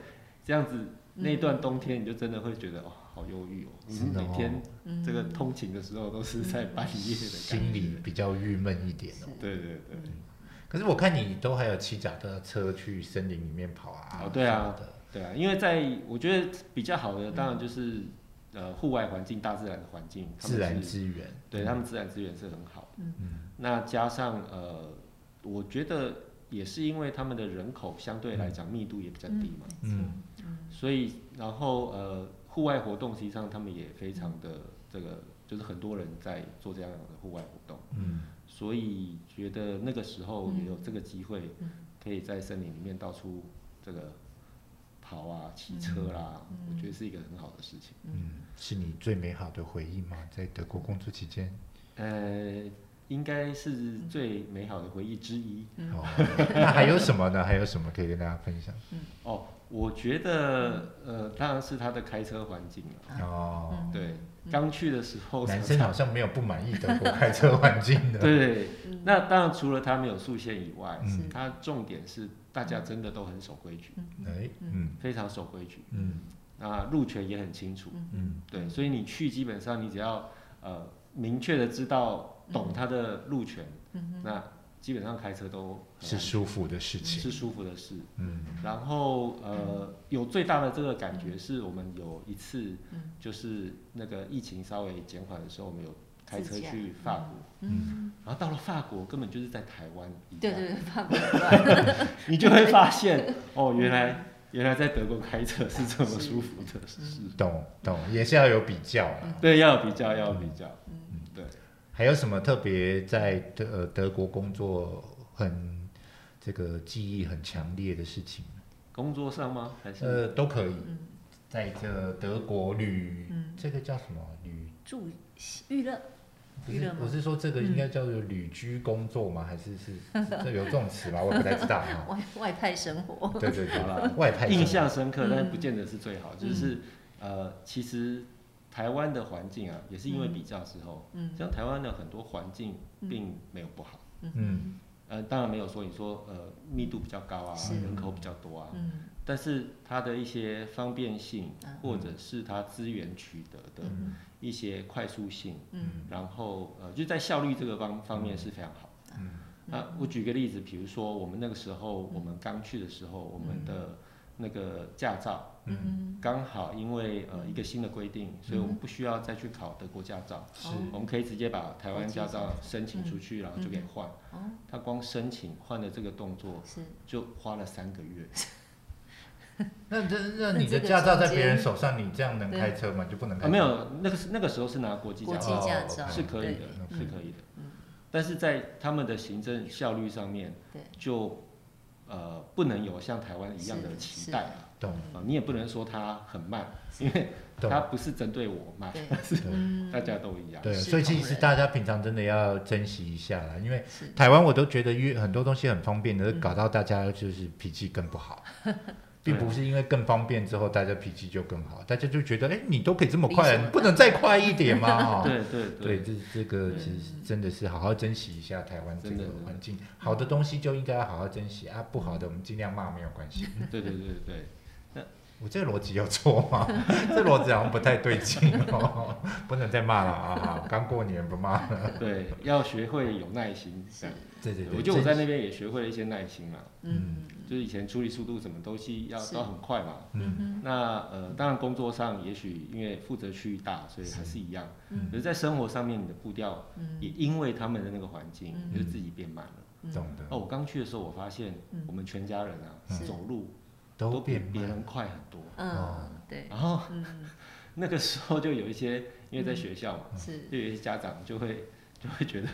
Speaker 2: 这样子。那段冬天，你就真的会觉得哦，好忧郁哦！你
Speaker 1: 是的哦
Speaker 2: 每天
Speaker 3: 嗯
Speaker 2: 这个通勤的时候都是在半夜的感
Speaker 1: 心里比较郁闷一点哦。
Speaker 2: 觉。对对对，
Speaker 1: 可是我看你都还有骑脚踏车去森林里面跑啊，
Speaker 2: 哦对啊
Speaker 1: 什么的，
Speaker 2: 对啊，因为在我觉得比较好的，当然就是呃户外环境、大自然的环境，他们
Speaker 1: 自然
Speaker 2: 是
Speaker 1: 资源，嗯
Speaker 2: 对他们自然资源是很好的。那加上呃，我觉得也是因为他们的人口相对来讲密度也比较低嘛，
Speaker 1: 嗯，
Speaker 2: 所以然后呃，户外活动实际上他们也非常的这个，就是很多人在做这样的户外活动，
Speaker 1: 嗯，
Speaker 2: 所以觉得那个时候也有这个机会，可以在森林里面到处这个跑啊、骑车啦、我觉得是一个很好的事情。
Speaker 1: 嗯，是你最美好的回忆吗？在德国工作期间，
Speaker 2: 呃，应该是最美好的回忆之一。
Speaker 1: 哦，那还有什么呢？还有什么可以跟大家分享？
Speaker 2: 哦，我觉得呃，当然是他的开车环境了。
Speaker 3: 嗯
Speaker 1: 哦，
Speaker 2: 对，刚去的时候
Speaker 1: 男
Speaker 2: 常
Speaker 1: 生
Speaker 2: 常
Speaker 1: 好像没有不满意德国开车环境 的，
Speaker 2: 对，
Speaker 3: 嗯
Speaker 2: 那当然除了他没有速限以外
Speaker 1: 嗯，
Speaker 2: 他重点是大家真的都很守规矩，
Speaker 1: 哎，嗯
Speaker 2: 非常守规矩。
Speaker 1: 嗯，
Speaker 2: 那入权也很清楚，
Speaker 1: 嗯
Speaker 2: 对，所以你去基本上你只要呃明确的知道懂它的路权，
Speaker 3: 嗯
Speaker 2: 那基本上开车都很
Speaker 1: 是
Speaker 2: 安
Speaker 1: 舒服的事情，
Speaker 2: 是舒服的事。
Speaker 1: 嗯
Speaker 2: 然后呃，有最大的这个感觉是我们有一次
Speaker 3: 嗯，
Speaker 2: 就是那个疫情稍微减缓的时候，我们有开车
Speaker 3: 自驾
Speaker 2: 去法国，
Speaker 1: 嗯
Speaker 2: 然后到了法国根本就是在台湾一样，
Speaker 3: 对对对，法国之外，
Speaker 2: 你就会发现哦，原来原来在德国开车是这么舒服的
Speaker 3: 嗯
Speaker 2: 事。
Speaker 1: 懂懂，也是要有比较啦。
Speaker 2: 对，要有比较，要有比较。
Speaker 3: 嗯
Speaker 2: 对，
Speaker 1: 还有什么特别在德呃德国工作很这个记忆很强烈的事情？
Speaker 2: 工作上吗？还是、
Speaker 1: 呃，都可以，
Speaker 3: 嗯，
Speaker 1: 在这德国旅，
Speaker 3: 嗯
Speaker 1: 这个叫什么旅？
Speaker 3: 住娱乐，
Speaker 1: 不
Speaker 3: 娱乐
Speaker 1: 是
Speaker 3: 吗，。
Speaker 1: 我是说这个应该叫做旅居工作吗？还是是是这有这种词吗？我也不太知道哈
Speaker 3: 外外派生活，
Speaker 1: 对对对
Speaker 2: 好啦，
Speaker 1: 外派
Speaker 2: 印
Speaker 1: 生
Speaker 2: 象深刻，但
Speaker 3: 嗯
Speaker 2: 不见得是最好。就是呃，其实台湾的环境啊，也是因为比较之后，
Speaker 3: 嗯
Speaker 2: 像台湾的很多环境
Speaker 3: 嗯
Speaker 2: 并没有不好。
Speaker 1: 嗯
Speaker 2: 呃，当然没有说你说呃密度比较高啊，
Speaker 3: 是
Speaker 2: 人口比较多啊，
Speaker 3: 嗯
Speaker 2: 但是它的一些方便性
Speaker 3: 啊，
Speaker 2: 或者是它资源取得的
Speaker 1: 嗯
Speaker 2: 一些快速性，
Speaker 3: 嗯
Speaker 2: 然后呃就在效率这个方方面是非常好。
Speaker 1: 嗯
Speaker 2: 那啊我举个例子，比如说我们那个时候，我们刚去的时候，我们的那个驾照
Speaker 1: 嗯，
Speaker 3: 嗯，
Speaker 2: 刚好因为呃一个新的规定，所以我们不需要再去考德国驾照，
Speaker 3: 哦
Speaker 1: 是
Speaker 2: 我们可以直接把台湾驾照申请出去，然后就可以换。
Speaker 3: 哦，
Speaker 2: 他光申请换的这个动作
Speaker 3: 是，
Speaker 2: 就花了三个月，
Speaker 1: 那这那
Speaker 3: 那
Speaker 1: 你的
Speaker 3: 这个
Speaker 1: 驾照在
Speaker 3: 中
Speaker 1: 别人
Speaker 3: 间
Speaker 1: 手上，你这样能
Speaker 3: 对
Speaker 1: 开车吗？就不能开
Speaker 2: 啊
Speaker 1: 车？
Speaker 2: 没有，那个是那个时候是拿国际驾
Speaker 3: 国际
Speaker 2: 照，
Speaker 3: 驾
Speaker 1: 哦
Speaker 3: 照
Speaker 2: 是可以的
Speaker 1: 对，
Speaker 2: 是可以的
Speaker 3: 嗯。
Speaker 2: 但是在他们的行政效率上面
Speaker 3: 对，
Speaker 2: 就呃不能有像台湾一样
Speaker 3: 是
Speaker 2: 的
Speaker 3: 的
Speaker 2: 期
Speaker 3: 是
Speaker 2: 待
Speaker 3: 的
Speaker 2: 啊。
Speaker 1: 懂
Speaker 2: 啊，你也不能说它很慢，因为它
Speaker 1: 懂。
Speaker 2: 不是针对我嘛，
Speaker 3: 对，
Speaker 1: 对
Speaker 3: 嗯，
Speaker 2: 大家都一样。
Speaker 1: 对，
Speaker 3: 是
Speaker 1: 所以
Speaker 3: 同
Speaker 1: 其实
Speaker 3: 人
Speaker 1: 大家平常真的要珍惜一下啦，因为
Speaker 3: 是
Speaker 1: 台湾我都觉得越很多东西很方便的，
Speaker 3: 嗯
Speaker 1: 搞到大家就是脾气更不 好，
Speaker 2: 对
Speaker 1: 并不是因为更方便之后大家脾气就更好，大家就觉得哎、诶你都可以这么
Speaker 3: 理所
Speaker 1: 快，
Speaker 3: 当
Speaker 1: 你
Speaker 3: 然
Speaker 1: 不能再快一点吗？ 哦
Speaker 2: 对对
Speaker 1: 对，这这个
Speaker 3: 嗯
Speaker 1: 其实真的是好好珍惜一下台湾这
Speaker 2: 真
Speaker 1: 个
Speaker 2: 的真的
Speaker 1: 环境，好的东西就应该要好好珍惜啊，不好的我们尽量骂没有关系。
Speaker 2: 对对对对对，
Speaker 1: 我这个逻辑有错吗？ 这逻辑好像不太对劲哦， 不能再骂了啊！刚过年不骂了。
Speaker 2: 对，要学会有耐心。这
Speaker 3: 是
Speaker 2: 样，，
Speaker 1: 对对对，
Speaker 2: 我觉得我在
Speaker 1: 这
Speaker 2: 那边也学会了一些耐心嘛，
Speaker 3: 嗯
Speaker 2: 就是以前处理速度什么东西要
Speaker 3: 是
Speaker 2: 要很快嘛。
Speaker 1: 嗯
Speaker 3: 嗯
Speaker 2: 那呃，当然工作上也许因为负责区域大，所以还是一样。可是，在生活上面，你的步调
Speaker 3: 嗯，
Speaker 2: 也因为他们的那个环境，
Speaker 3: 嗯
Speaker 2: 就自己变慢了。
Speaker 3: 嗯
Speaker 1: 懂
Speaker 2: 哦，
Speaker 1: 的，
Speaker 2: 我刚去的时候，我发现
Speaker 3: 嗯
Speaker 2: 我们全家人啊
Speaker 3: 嗯，
Speaker 2: 走路
Speaker 1: 都
Speaker 2: 比
Speaker 1: 变
Speaker 2: 别
Speaker 1: 慢，
Speaker 2: 人快很多。
Speaker 1: 哦
Speaker 3: 嗯，对，
Speaker 2: 然后
Speaker 3: 嗯，
Speaker 2: 那个时候就有一些，因为在学校嘛，
Speaker 3: 是，嗯
Speaker 2: 就有一些家长就会 就会觉得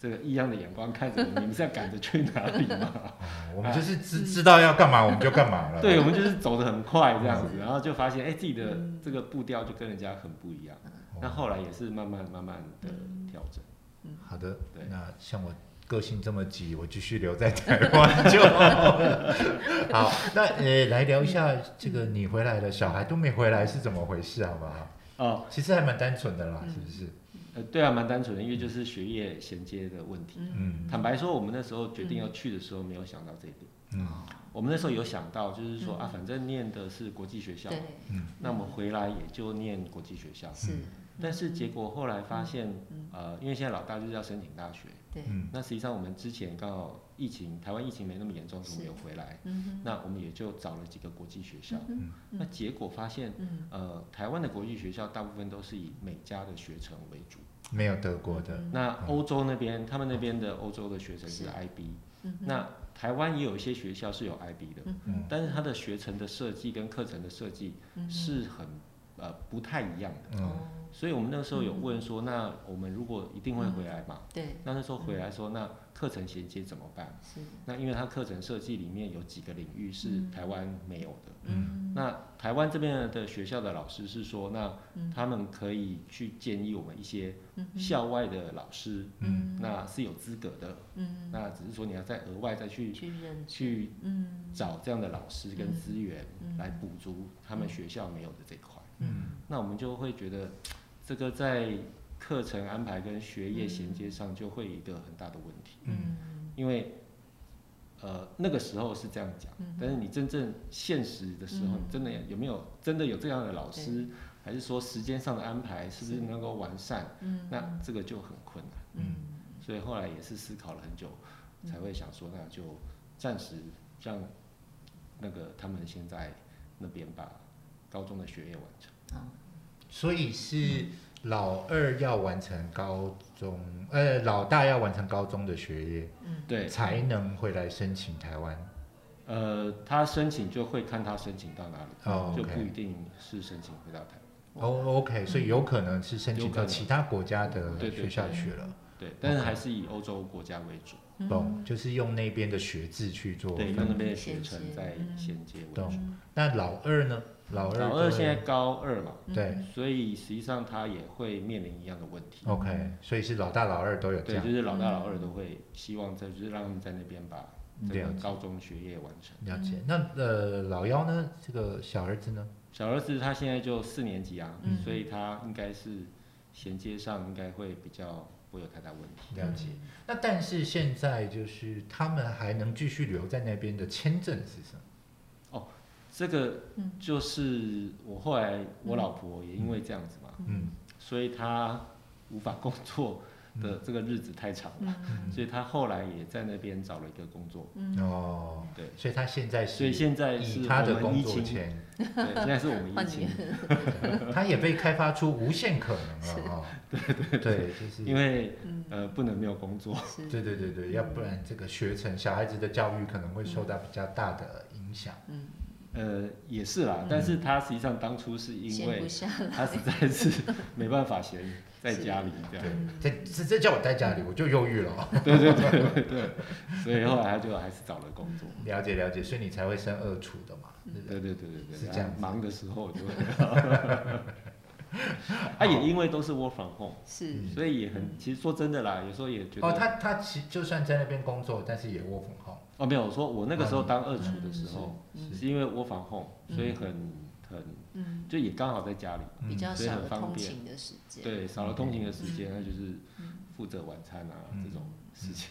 Speaker 2: 这个异样的眼光看着我 们，你们是要赶着去哪里 嘛？
Speaker 1: 哦我们就是知知道要干嘛我们就干嘛了。
Speaker 2: 哎嗯
Speaker 1: 哦
Speaker 2: 对，我们就是走得很快这
Speaker 1: 嗯
Speaker 2: 样子，
Speaker 3: 是
Speaker 2: 然后就发现哎、自己的
Speaker 3: 嗯
Speaker 2: 这个步调就跟人家很不一样。
Speaker 1: 哦
Speaker 2: 那后来也是慢慢慢慢的
Speaker 3: 嗯
Speaker 2: 调整。
Speaker 1: 好的
Speaker 2: 对，
Speaker 1: 那像我个性这么急，我继续留在台湾就好 了。好，那呃，来聊一下这个你回来了，小孩都没回来是怎么回事，好不好？
Speaker 2: 哦，
Speaker 1: 其实还蛮单纯的啦，
Speaker 3: 嗯
Speaker 1: 是不是？
Speaker 2: 呃，对啊，蛮单纯的，因为就是学业衔接的问题。
Speaker 1: 嗯
Speaker 2: 坦白说，我们那时候决
Speaker 3: 嗯
Speaker 2: 定要去的时候，没有想到这一点。
Speaker 1: 嗯
Speaker 2: 我们那时候有想到，就是说
Speaker 3: 嗯
Speaker 2: 啊，反正念的是国际学校嘛，
Speaker 3: 对，
Speaker 1: 嗯，
Speaker 2: 那我们回来也就念国际学校。
Speaker 3: 是，
Speaker 2: 但是结果后来发现，
Speaker 3: 嗯
Speaker 2: 呃，因为现在老大就是要申请大学，
Speaker 3: 对，
Speaker 1: 嗯
Speaker 2: 那实际上我们之前刚好疫情，台湾疫情没那么严重，
Speaker 3: 是
Speaker 2: 所以我们有回来，
Speaker 3: 嗯
Speaker 2: 那我们也就找了几个国际学校，
Speaker 1: 嗯
Speaker 2: 那结果发现，
Speaker 3: 嗯，
Speaker 2: 呃，台湾的国际学校大部分都是以美加的学程为主，
Speaker 1: 没有德国的，
Speaker 2: 那欧洲那边，他们那边的欧洲的学程是
Speaker 3: 嗯是
Speaker 2: IB，
Speaker 3: 嗯
Speaker 2: 那台湾也有一些学校是有 IB 的，
Speaker 1: 嗯
Speaker 2: 但是它的学程的设计跟课程的设计
Speaker 3: 嗯
Speaker 2: 是很呃不太一样的。
Speaker 1: 嗯
Speaker 3: 哦，
Speaker 2: 所以我们那时候有问
Speaker 3: 嗯
Speaker 2: 说，那我们如果一定会回来嘛？
Speaker 3: 对，
Speaker 2: 那那时候回来说，那课程衔接怎么办？
Speaker 3: 是，
Speaker 2: 那因为它课程设计里面有几个领域是
Speaker 3: 嗯
Speaker 2: 台湾没有的。
Speaker 3: 嗯，
Speaker 2: 那台湾这边的学校的老师是说，那
Speaker 3: 嗯
Speaker 2: 他们可以去建议我们一些
Speaker 3: 嗯哼
Speaker 2: 校外的老师，
Speaker 1: 嗯
Speaker 2: 那是有资格的。
Speaker 3: 嗯，
Speaker 2: 那只是说你要再额外再去
Speaker 3: 去认，
Speaker 2: 去
Speaker 3: 嗯，
Speaker 2: 找这样的老师跟资源
Speaker 3: 嗯
Speaker 2: 来补足他们学校没有的这一块。
Speaker 1: 嗯
Speaker 2: 那我们就会觉得这个在课程安排跟学业衔接上就会有一个很大的问题，
Speaker 1: 嗯
Speaker 3: 嗯，
Speaker 2: 因为呃，那个时候是这样讲
Speaker 3: 嗯，
Speaker 2: 但是你真正现实的时候，
Speaker 3: 嗯
Speaker 2: 你真的有没有真的有这样的老师，还是说时间上的安排是不是能够完善？
Speaker 3: 嗯
Speaker 2: 那这个就很困难。
Speaker 3: 嗯
Speaker 2: 所以后来也是思考了很久，才会想说，那就暂时让那个他们先在那边把高中的学业完成。
Speaker 1: 所以是老二要完成高中，呃，老大要完成高中的学业，
Speaker 3: 嗯
Speaker 2: 对，
Speaker 1: 才能回来申请台湾。
Speaker 2: 呃，他申请就会看他申请到哪里，
Speaker 1: 哦
Speaker 2: 就不
Speaker 1: ，OK，
Speaker 2: 一定是申请回到台湾。
Speaker 1: 哦，OK，所以有可能是申请
Speaker 2: 有可
Speaker 1: 到
Speaker 2: 能
Speaker 1: 其他国家的
Speaker 2: 对对
Speaker 1: 学校
Speaker 3: 对
Speaker 1: 去了，
Speaker 2: 对，但是还是以欧洲国家为主，
Speaker 3: 嗯
Speaker 1: 懂？就是用那边的学制去做
Speaker 2: 对，
Speaker 1: 分。
Speaker 2: 用那边的
Speaker 3: 衔
Speaker 2: 学
Speaker 3: 接
Speaker 2: 程在
Speaker 3: 嗯
Speaker 2: 衔接为
Speaker 1: 懂
Speaker 2: 主。
Speaker 1: 那老二呢？老二
Speaker 2: 老
Speaker 1: 就
Speaker 2: 二现在高二嘛，
Speaker 3: 嗯
Speaker 1: 对
Speaker 2: 所以实际上他也会面临一样的问题。
Speaker 1: OK，所以是老大老二都有这
Speaker 2: 对，
Speaker 1: 样
Speaker 2: 就是老大
Speaker 3: 嗯
Speaker 2: 老二都会希望在，就是让他们在那边把这
Speaker 1: 了
Speaker 2: 个
Speaker 1: 解
Speaker 2: 高中学业完成。
Speaker 1: 了解。那呃，老幺呢？这个小儿子呢？
Speaker 2: 小儿子他现在就四年级啊，
Speaker 3: 嗯
Speaker 2: 所以他应该是衔接上应该会比较不会有太大问题。
Speaker 1: 了解。那但是现在就是他们还能继续留在那边的签证是什么？
Speaker 2: 这个
Speaker 3: 嗯
Speaker 2: 就是我后来我老婆也因为这样子嘛，
Speaker 1: 嗯，
Speaker 2: 所以她无法工作
Speaker 1: 嗯
Speaker 2: 的这个日子太长了，
Speaker 3: 嗯
Speaker 2: 所以她后来也在那边找了一个工作。
Speaker 3: 嗯，
Speaker 1: 哦，
Speaker 2: 对，
Speaker 1: 所以他现在
Speaker 2: 所以
Speaker 1: 是
Speaker 2: 现在是
Speaker 1: 以
Speaker 2: 我
Speaker 1: 他的
Speaker 2: 们
Speaker 1: 工
Speaker 2: 疫
Speaker 1: 作
Speaker 2: 情，
Speaker 1: 签，
Speaker 2: 对，现在是我们疫
Speaker 3: 换
Speaker 2: 情
Speaker 3: 你，
Speaker 1: 他也被开发出无限可能了啊、 哦！对对，就是
Speaker 2: 因为
Speaker 3: 嗯
Speaker 2: 呃不能没有工作。
Speaker 3: 是
Speaker 1: 对对对对，要不然这个学程小孩子的教育可能会受到比较大的影响。
Speaker 3: 嗯
Speaker 2: 呃，也是啦，但是他实际上当初是因
Speaker 3: 闲
Speaker 2: 为
Speaker 3: 不下
Speaker 2: 他实在是没办法闲在家里这样，
Speaker 3: 嗯
Speaker 1: 对，这这这叫我在家里，我就忧郁了 哦。
Speaker 2: 所以后来他就还是找了工作。
Speaker 1: 了解了解，所以你才会生二厨的嘛，对不对？
Speaker 2: 对对对对对，
Speaker 1: 是这样
Speaker 2: 然后忙的时候就 会。他也因为都是 work from home，
Speaker 3: 是
Speaker 2: 所以也很，其实说真的啦，有时候也觉
Speaker 1: 嗯哦，
Speaker 2: 得
Speaker 1: 他他其就算在那边工作，但是也窝粉号。
Speaker 2: 哦没有，我说我那个时候当二厨的时候，
Speaker 1: 嗯
Speaker 2: 是因为 work from home，
Speaker 3: 嗯
Speaker 2: 所以很很
Speaker 3: 嗯
Speaker 2: 就也刚好在家里，
Speaker 1: 嗯
Speaker 3: 比较
Speaker 2: 所以
Speaker 3: 少
Speaker 2: 很
Speaker 3: 的
Speaker 2: 方
Speaker 3: 通
Speaker 2: 便
Speaker 3: 勤的时间，
Speaker 2: 对，少了通勤的时间，那就是
Speaker 3: 嗯
Speaker 2: 负责晚餐啊
Speaker 1: 嗯
Speaker 2: 这种事情。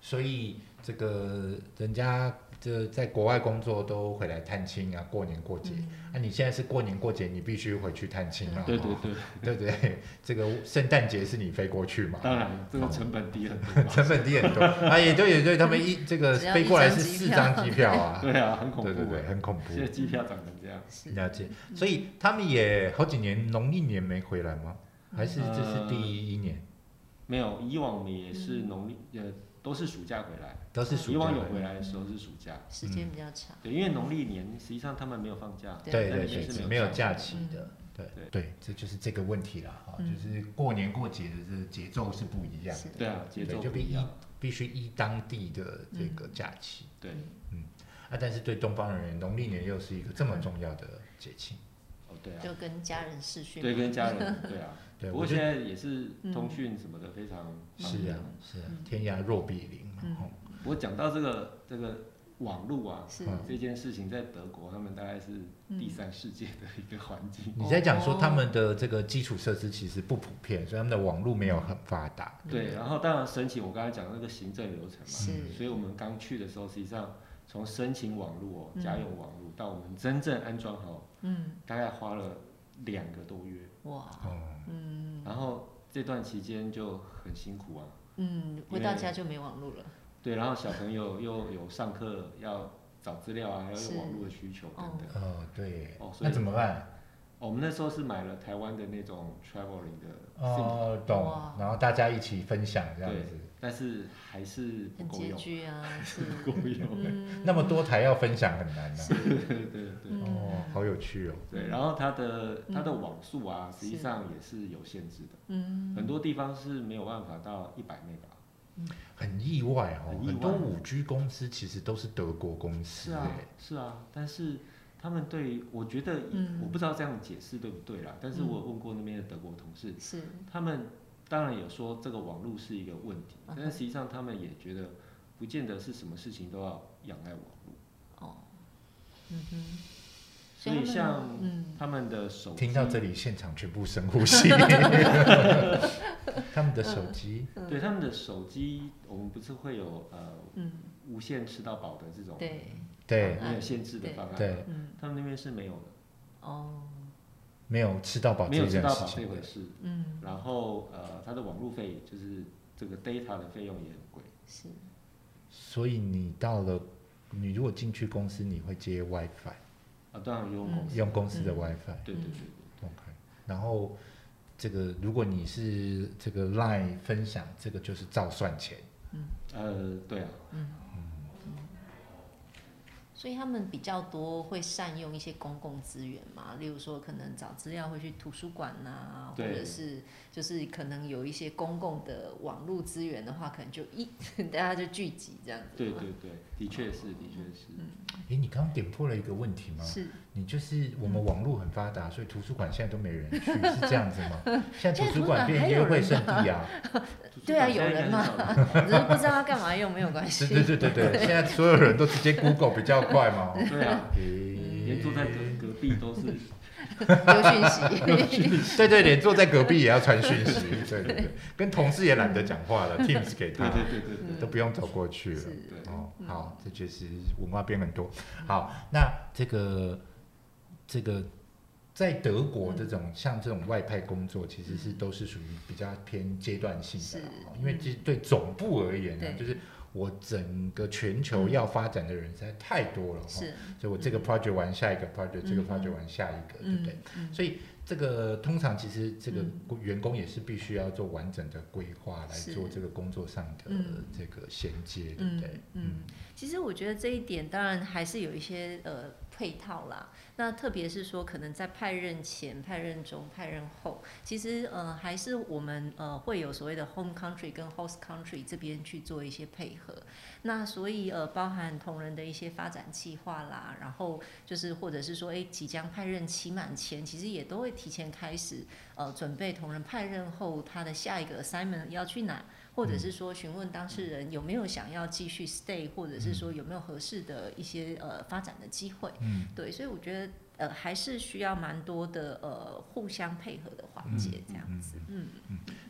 Speaker 1: 所以这个人家这在国外工作都回来探亲啊，过年过节。
Speaker 3: 嗯
Speaker 2: 嗯
Speaker 1: 那、你现在是过年过节，你必须回去探亲了、
Speaker 2: 对对
Speaker 1: 哦
Speaker 2: 对，
Speaker 1: 对不对， 这个圣诞节是你飞过去嘛？。
Speaker 2: 当然这个成本低很多
Speaker 1: 成本低很多啊，也就也就他们一这个
Speaker 3: 只要
Speaker 1: 飞过来
Speaker 3: 一张
Speaker 1: 是
Speaker 3: 机
Speaker 1: 四
Speaker 3: 票
Speaker 1: 张机票啊，
Speaker 2: 对啊，很恐
Speaker 1: 对
Speaker 2: 怖欸。
Speaker 1: 对对，很恐怖
Speaker 2: 现。在机票涨成这样，
Speaker 3: 是
Speaker 1: 了解，所以他们也好几年农历年没回来吗？还是这是第一年？
Speaker 2: 没有以往我们也是农历呃都是暑假回来，啊
Speaker 1: 都是暑
Speaker 2: 以
Speaker 1: 假
Speaker 2: 往
Speaker 1: 回
Speaker 2: 有
Speaker 1: 来。
Speaker 2: 回来的时候是暑假，
Speaker 3: 时
Speaker 1: 嗯
Speaker 3: 间比较长，
Speaker 2: 对，因为农历年实际上他们没有放假，
Speaker 1: 对
Speaker 2: 那
Speaker 1: 对
Speaker 2: 你也
Speaker 1: 对，
Speaker 2: 是
Speaker 1: 是没
Speaker 2: 没
Speaker 1: 有
Speaker 2: 有
Speaker 1: 假
Speaker 2: 假
Speaker 1: 期的，对
Speaker 2: 对
Speaker 1: 对，这就是这个问题啦，哈，
Speaker 3: 嗯
Speaker 1: 就是过年过节的这个节奏是不一样
Speaker 3: 是
Speaker 1: 的，
Speaker 2: 对啊，节奏
Speaker 1: 对就
Speaker 2: 不
Speaker 1: 必
Speaker 2: 一
Speaker 1: 依
Speaker 2: 样，
Speaker 1: 必须依当地的这个假期
Speaker 2: 对，
Speaker 3: 嗯
Speaker 1: 啊，但是对东方人而言，农历年又是一个这么重要的节庆，
Speaker 2: 哦对啊，
Speaker 3: 就跟家人视讯，
Speaker 2: 对跟家人，对啊，
Speaker 1: 对，
Speaker 2: 不
Speaker 1: 我
Speaker 2: 过
Speaker 1: 觉
Speaker 2: 现
Speaker 1: 得
Speaker 2: 在也是通讯什么的非常方
Speaker 1: 是
Speaker 2: 便
Speaker 1: 啊。是啊
Speaker 3: 嗯，
Speaker 1: 天涯若比邻嘛，
Speaker 3: 嗯
Speaker 1: 吼
Speaker 2: 不过讲到这个这个网络啊。
Speaker 3: 是嗯
Speaker 1: 嗯
Speaker 2: 这件事情在德国，他们大概是第三世界的一个环境，
Speaker 1: 你在讲说他们的这个基础设施其实不普遍，所以他们的网络没有很发达，
Speaker 3: 嗯
Speaker 2: 对。然后当然申请，我刚才讲那个行政流程嘛，
Speaker 3: 是
Speaker 2: 所以我们刚去的时候，实际上从申请网络、哦、
Speaker 3: 嗯
Speaker 2: 家用网络到我们真正安装好，
Speaker 3: 嗯
Speaker 2: 大概花了两个多月。
Speaker 3: 哇
Speaker 1: 哦，
Speaker 3: 嗯
Speaker 2: 然后这段期间就很辛苦啊，
Speaker 3: 嗯，回到家就没网络了，
Speaker 2: 对，然后小朋友又有上课要找资料啊，要
Speaker 3: 是
Speaker 2: 有网络的需求等等。
Speaker 1: 哦，对
Speaker 2: 哦，所
Speaker 1: 那
Speaker 2: 以
Speaker 1: 怎么办？
Speaker 2: 我们那时候是买了台湾的那种 traveling 的 SIM，、
Speaker 1: 哦，懂
Speaker 3: 哇，
Speaker 1: 然后大家一起分享这样
Speaker 2: 对
Speaker 1: 子。
Speaker 2: 但是还是不
Speaker 3: 很
Speaker 2: 够
Speaker 3: 拮
Speaker 2: 用，
Speaker 3: 据啊，是
Speaker 2: 不够用。
Speaker 3: 嗯
Speaker 1: 那么多台要分享很难呐、
Speaker 3: 是
Speaker 2: 对对对
Speaker 3: 嗯
Speaker 2: 对
Speaker 1: 哦，好有趣哦。
Speaker 2: 对，然后它的它的网速啊，实际
Speaker 3: 是
Speaker 2: 上也是有限制的，
Speaker 3: 嗯
Speaker 2: 很多地方是没有办法到一百 m 吧。
Speaker 1: 很意外哦，
Speaker 2: 很意外
Speaker 1: 很多五 G 公司其实都是德国公
Speaker 2: 是
Speaker 1: 司
Speaker 2: 啊
Speaker 1: 哎，，
Speaker 2: 是啊，但是他们对于，我觉得以，
Speaker 3: 嗯
Speaker 2: 我不知道这样解释对不对啦。但是我问过那边的德国同事，
Speaker 3: 是
Speaker 2: 他们当然有说这个网络是一个问题，
Speaker 3: 嗯哼
Speaker 2: 但是实际上他们也觉得，不见得是什么事情都要仰赖网络。
Speaker 3: 哦嗯哼所
Speaker 2: 所
Speaker 3: 以
Speaker 2: 以
Speaker 3: 他们
Speaker 2: 像
Speaker 3: 嗯，
Speaker 2: 他们的手
Speaker 1: 听到这里，现场全部深呼 吸。他们的手机，
Speaker 3: 嗯
Speaker 2: 对他们的手机，我们不是会有呃
Speaker 3: 嗯，
Speaker 2: 无限吃到饱的这种
Speaker 3: 对，
Speaker 1: 对，
Speaker 2: 没有限制的方案，
Speaker 1: 对对
Speaker 3: 嗯，
Speaker 2: 他们那边是没有的，
Speaker 3: 哦，
Speaker 1: 没有吃到饱
Speaker 2: 没
Speaker 1: 这
Speaker 2: 有吃
Speaker 1: 件
Speaker 2: 到
Speaker 1: 事
Speaker 2: 饱这
Speaker 1: 情
Speaker 2: 回，事。
Speaker 3: 嗯，
Speaker 2: 然后呃，它的网路费就是这个 data 的费用也很贵，
Speaker 3: 是，
Speaker 1: 所以你到了，你如果进去公司，你会接 WiFi，
Speaker 2: 啊，当然有用公司，
Speaker 1: 用公司的
Speaker 3: 嗯
Speaker 1: WiFi。
Speaker 2: 对对对
Speaker 3: 嗯
Speaker 2: 对。
Speaker 1: OK，然后这个如果你是这个 Line 分享，这个就是照算钱。
Speaker 2: 呃，对啊，
Speaker 3: 所以他们比较多会善用一些公共资源嘛，例如说可能找资料会去图书馆呐、或
Speaker 2: 对
Speaker 3: 者是就是可能有一些公共的网络资源的话，可能就一 大家就聚集这样子嘛。
Speaker 2: 对对对，的确是，的确是，
Speaker 1: 诶，你刚刚点破了一个问题吗？
Speaker 3: 是，
Speaker 1: 你就是我们网络很发达，所以图书馆现在都没人去，是这样子吗？现在图书馆变约会圣地啊！
Speaker 2: 图书
Speaker 3: 对啊
Speaker 2: 馆
Speaker 3: 有
Speaker 2: 现在
Speaker 3: 人
Speaker 2: 应该很
Speaker 3: 嘛
Speaker 2: 少
Speaker 3: 只是不知道他干嘛用没有 关系。
Speaker 1: 对对对对对，现在所有人都直接 Google 比较快嘛。
Speaker 2: 人对啊，
Speaker 1: 诶
Speaker 2: 连坐在隔隔壁都是，
Speaker 3: 丢讯息，
Speaker 1: 对对，连坐在隔壁也要传讯息，对对对，跟同事也懒得讲话了，Teams 给
Speaker 2: 对
Speaker 1: 他
Speaker 2: 对对对对
Speaker 1: 都不用走过去了。
Speaker 3: 是
Speaker 2: 对，
Speaker 1: 哦
Speaker 3: 嗯，
Speaker 1: 好，这就是文化变很多。好，那这个这个在德国这种、
Speaker 3: 嗯
Speaker 1: 像这种外派工作，其实是都是属于比较偏阶段性的啦，
Speaker 3: 是嗯
Speaker 1: 哦因为其实对总部而言呢、
Speaker 3: 对嗯
Speaker 1: 就是我整个全球要发展的人实在太多了，哦，
Speaker 3: 是，
Speaker 1: 所以我这个 project 玩下一个 project，、这个
Speaker 3: 嗯
Speaker 1: project 玩下一个，对不对？，
Speaker 3: 嗯
Speaker 1: 所以这个通常其实这个
Speaker 3: 嗯
Speaker 1: 员工也是必须要做完整的规划来
Speaker 3: 是
Speaker 1: 做这个工作上的
Speaker 3: 嗯
Speaker 1: 这个衔接，对不
Speaker 3: 嗯
Speaker 1: 对？
Speaker 3: 嗯，其实我觉得这一点当然还是有一些呃配套啦。那特别是说，可能在派任前、派任中、派任后，其实呃还是我们呃会有所谓的 home country 跟 host country 这边去做一些配合。那所以呃包含同仁的一些发展计划啦，然后就是或者是说，诶即将派任期满前，其实也都会提前开始呃准备同仁派任后他的下一个 assignment 要去哪或者是说询问当事人有没有想要继续 stay，或者是说有没有合适的一些呃发展的机会。
Speaker 1: 嗯
Speaker 3: 对，所以我觉得呃还是需要蛮多的呃互相配合的环节这样子。嗯，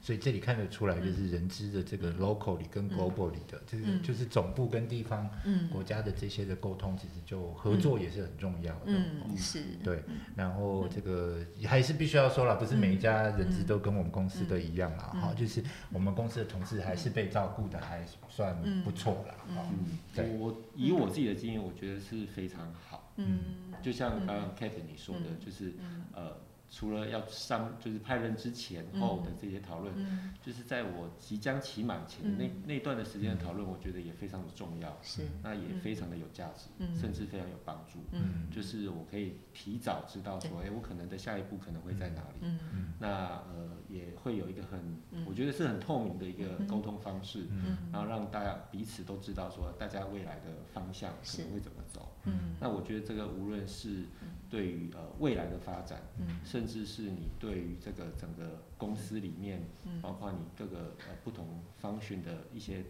Speaker 1: 所以这里看得出来，就是人资的这个 local 里跟 global 里的，这个
Speaker 3: 嗯
Speaker 1: 就是总部跟地方
Speaker 3: 嗯
Speaker 1: 国家的这些的沟通，其实就合作也是很重要的。
Speaker 3: 嗯是，
Speaker 1: 对，然后这个还是必须要说了，不是每一家人资都跟我们公司的一样啦，
Speaker 3: 嗯
Speaker 1: 哈、就是我们公司的同事还是被照顾的还算不错啦，哈、
Speaker 2: 嗯，
Speaker 1: 对
Speaker 2: 我我以我自己的经验，我觉得是非常好，
Speaker 3: 嗯
Speaker 2: 就像刚刚 Kate 你说的，
Speaker 3: 嗯
Speaker 2: 就是
Speaker 3: 嗯
Speaker 2: 呃，除了要上就是派任之前
Speaker 3: 嗯
Speaker 2: 后的这些讨论，
Speaker 3: 嗯
Speaker 2: 就是在我即将期满前的那那段的时
Speaker 3: 嗯
Speaker 2: 间的讨论，我觉得也非常的重要，
Speaker 3: 是，
Speaker 2: 那也非常的有价值，
Speaker 3: 嗯
Speaker 2: 甚至非常有帮助。
Speaker 3: 嗯
Speaker 2: 就是我可以提早知道说，哎，我可能的下一步可能会在哪里。
Speaker 3: 嗯
Speaker 2: 那呃，也会有一个很，
Speaker 3: 嗯
Speaker 2: 我觉得是很透明的一个沟通方式，
Speaker 1: 嗯
Speaker 3: 嗯
Speaker 2: 然后让大家彼此都知道说大家未来的方向可能会怎么走。
Speaker 3: 嗯
Speaker 2: 那我觉得这个无论是对于呃未来的发展，
Speaker 3: 嗯
Speaker 2: 甚至是你对于这个整个公司里面，
Speaker 3: 嗯
Speaker 2: 包括你各个呃不同方寻的一些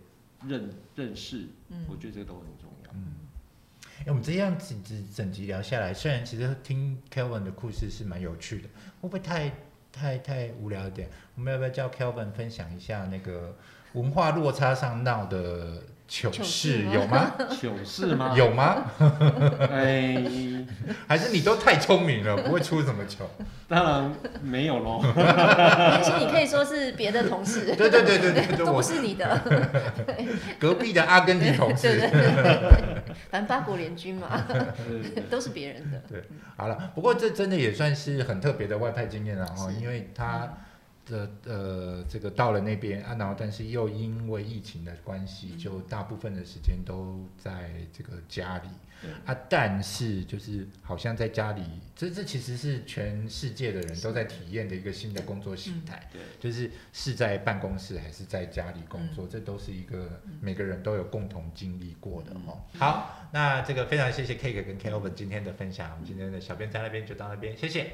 Speaker 2: 认认识，
Speaker 3: 嗯
Speaker 2: 我觉得这都很重要。
Speaker 1: 哎，我们这样子整整集聊下来，虽然其实听 Kelvin 的故事是蛮有趣的，会不会太太太无聊一点？我们要不要叫 Kelvin 分享一下那个文化落差上闹的糗
Speaker 3: 糗
Speaker 1: 事
Speaker 3: 事吗
Speaker 1: 有 吗？
Speaker 3: 嗯
Speaker 2: 糗事吗？，
Speaker 1: 有吗？
Speaker 2: 哎，
Speaker 1: 还是你都太聪明了，不会出什么糗？
Speaker 2: 当然没有喽。
Speaker 3: 而且你可以说是别的同事，
Speaker 1: 对对对对对对，
Speaker 3: 都不
Speaker 1: 我
Speaker 3: 是你的，
Speaker 1: 隔壁的阿根廷同
Speaker 3: 对对
Speaker 1: 事。
Speaker 3: 对， 反正八国联军嘛，
Speaker 2: 对对对
Speaker 3: 都是别人的。
Speaker 1: 好了，不过这真的也算是很特别的外派经验了哈，
Speaker 3: 是
Speaker 1: 因为他的呃这个到了那边啊，然后但是又因为疫情的关系，
Speaker 3: 嗯
Speaker 1: 就大部分的时间都在这个家里
Speaker 2: 对
Speaker 1: 啊，但是就是好像在家里，这这其实是全世界的人
Speaker 3: 是嗯
Speaker 1: 都在体验的一个新的工作形态。
Speaker 2: 对
Speaker 1: 就是是在办公室还是在家里工
Speaker 3: 嗯
Speaker 1: 作，这都是一个每个人都有共同经历过
Speaker 3: 嗯
Speaker 1: 的哦。好，那这个非常谢谢 Cake 跟 Kelvin 今天的分享，我们今天的小编在那边就到那边，谢谢，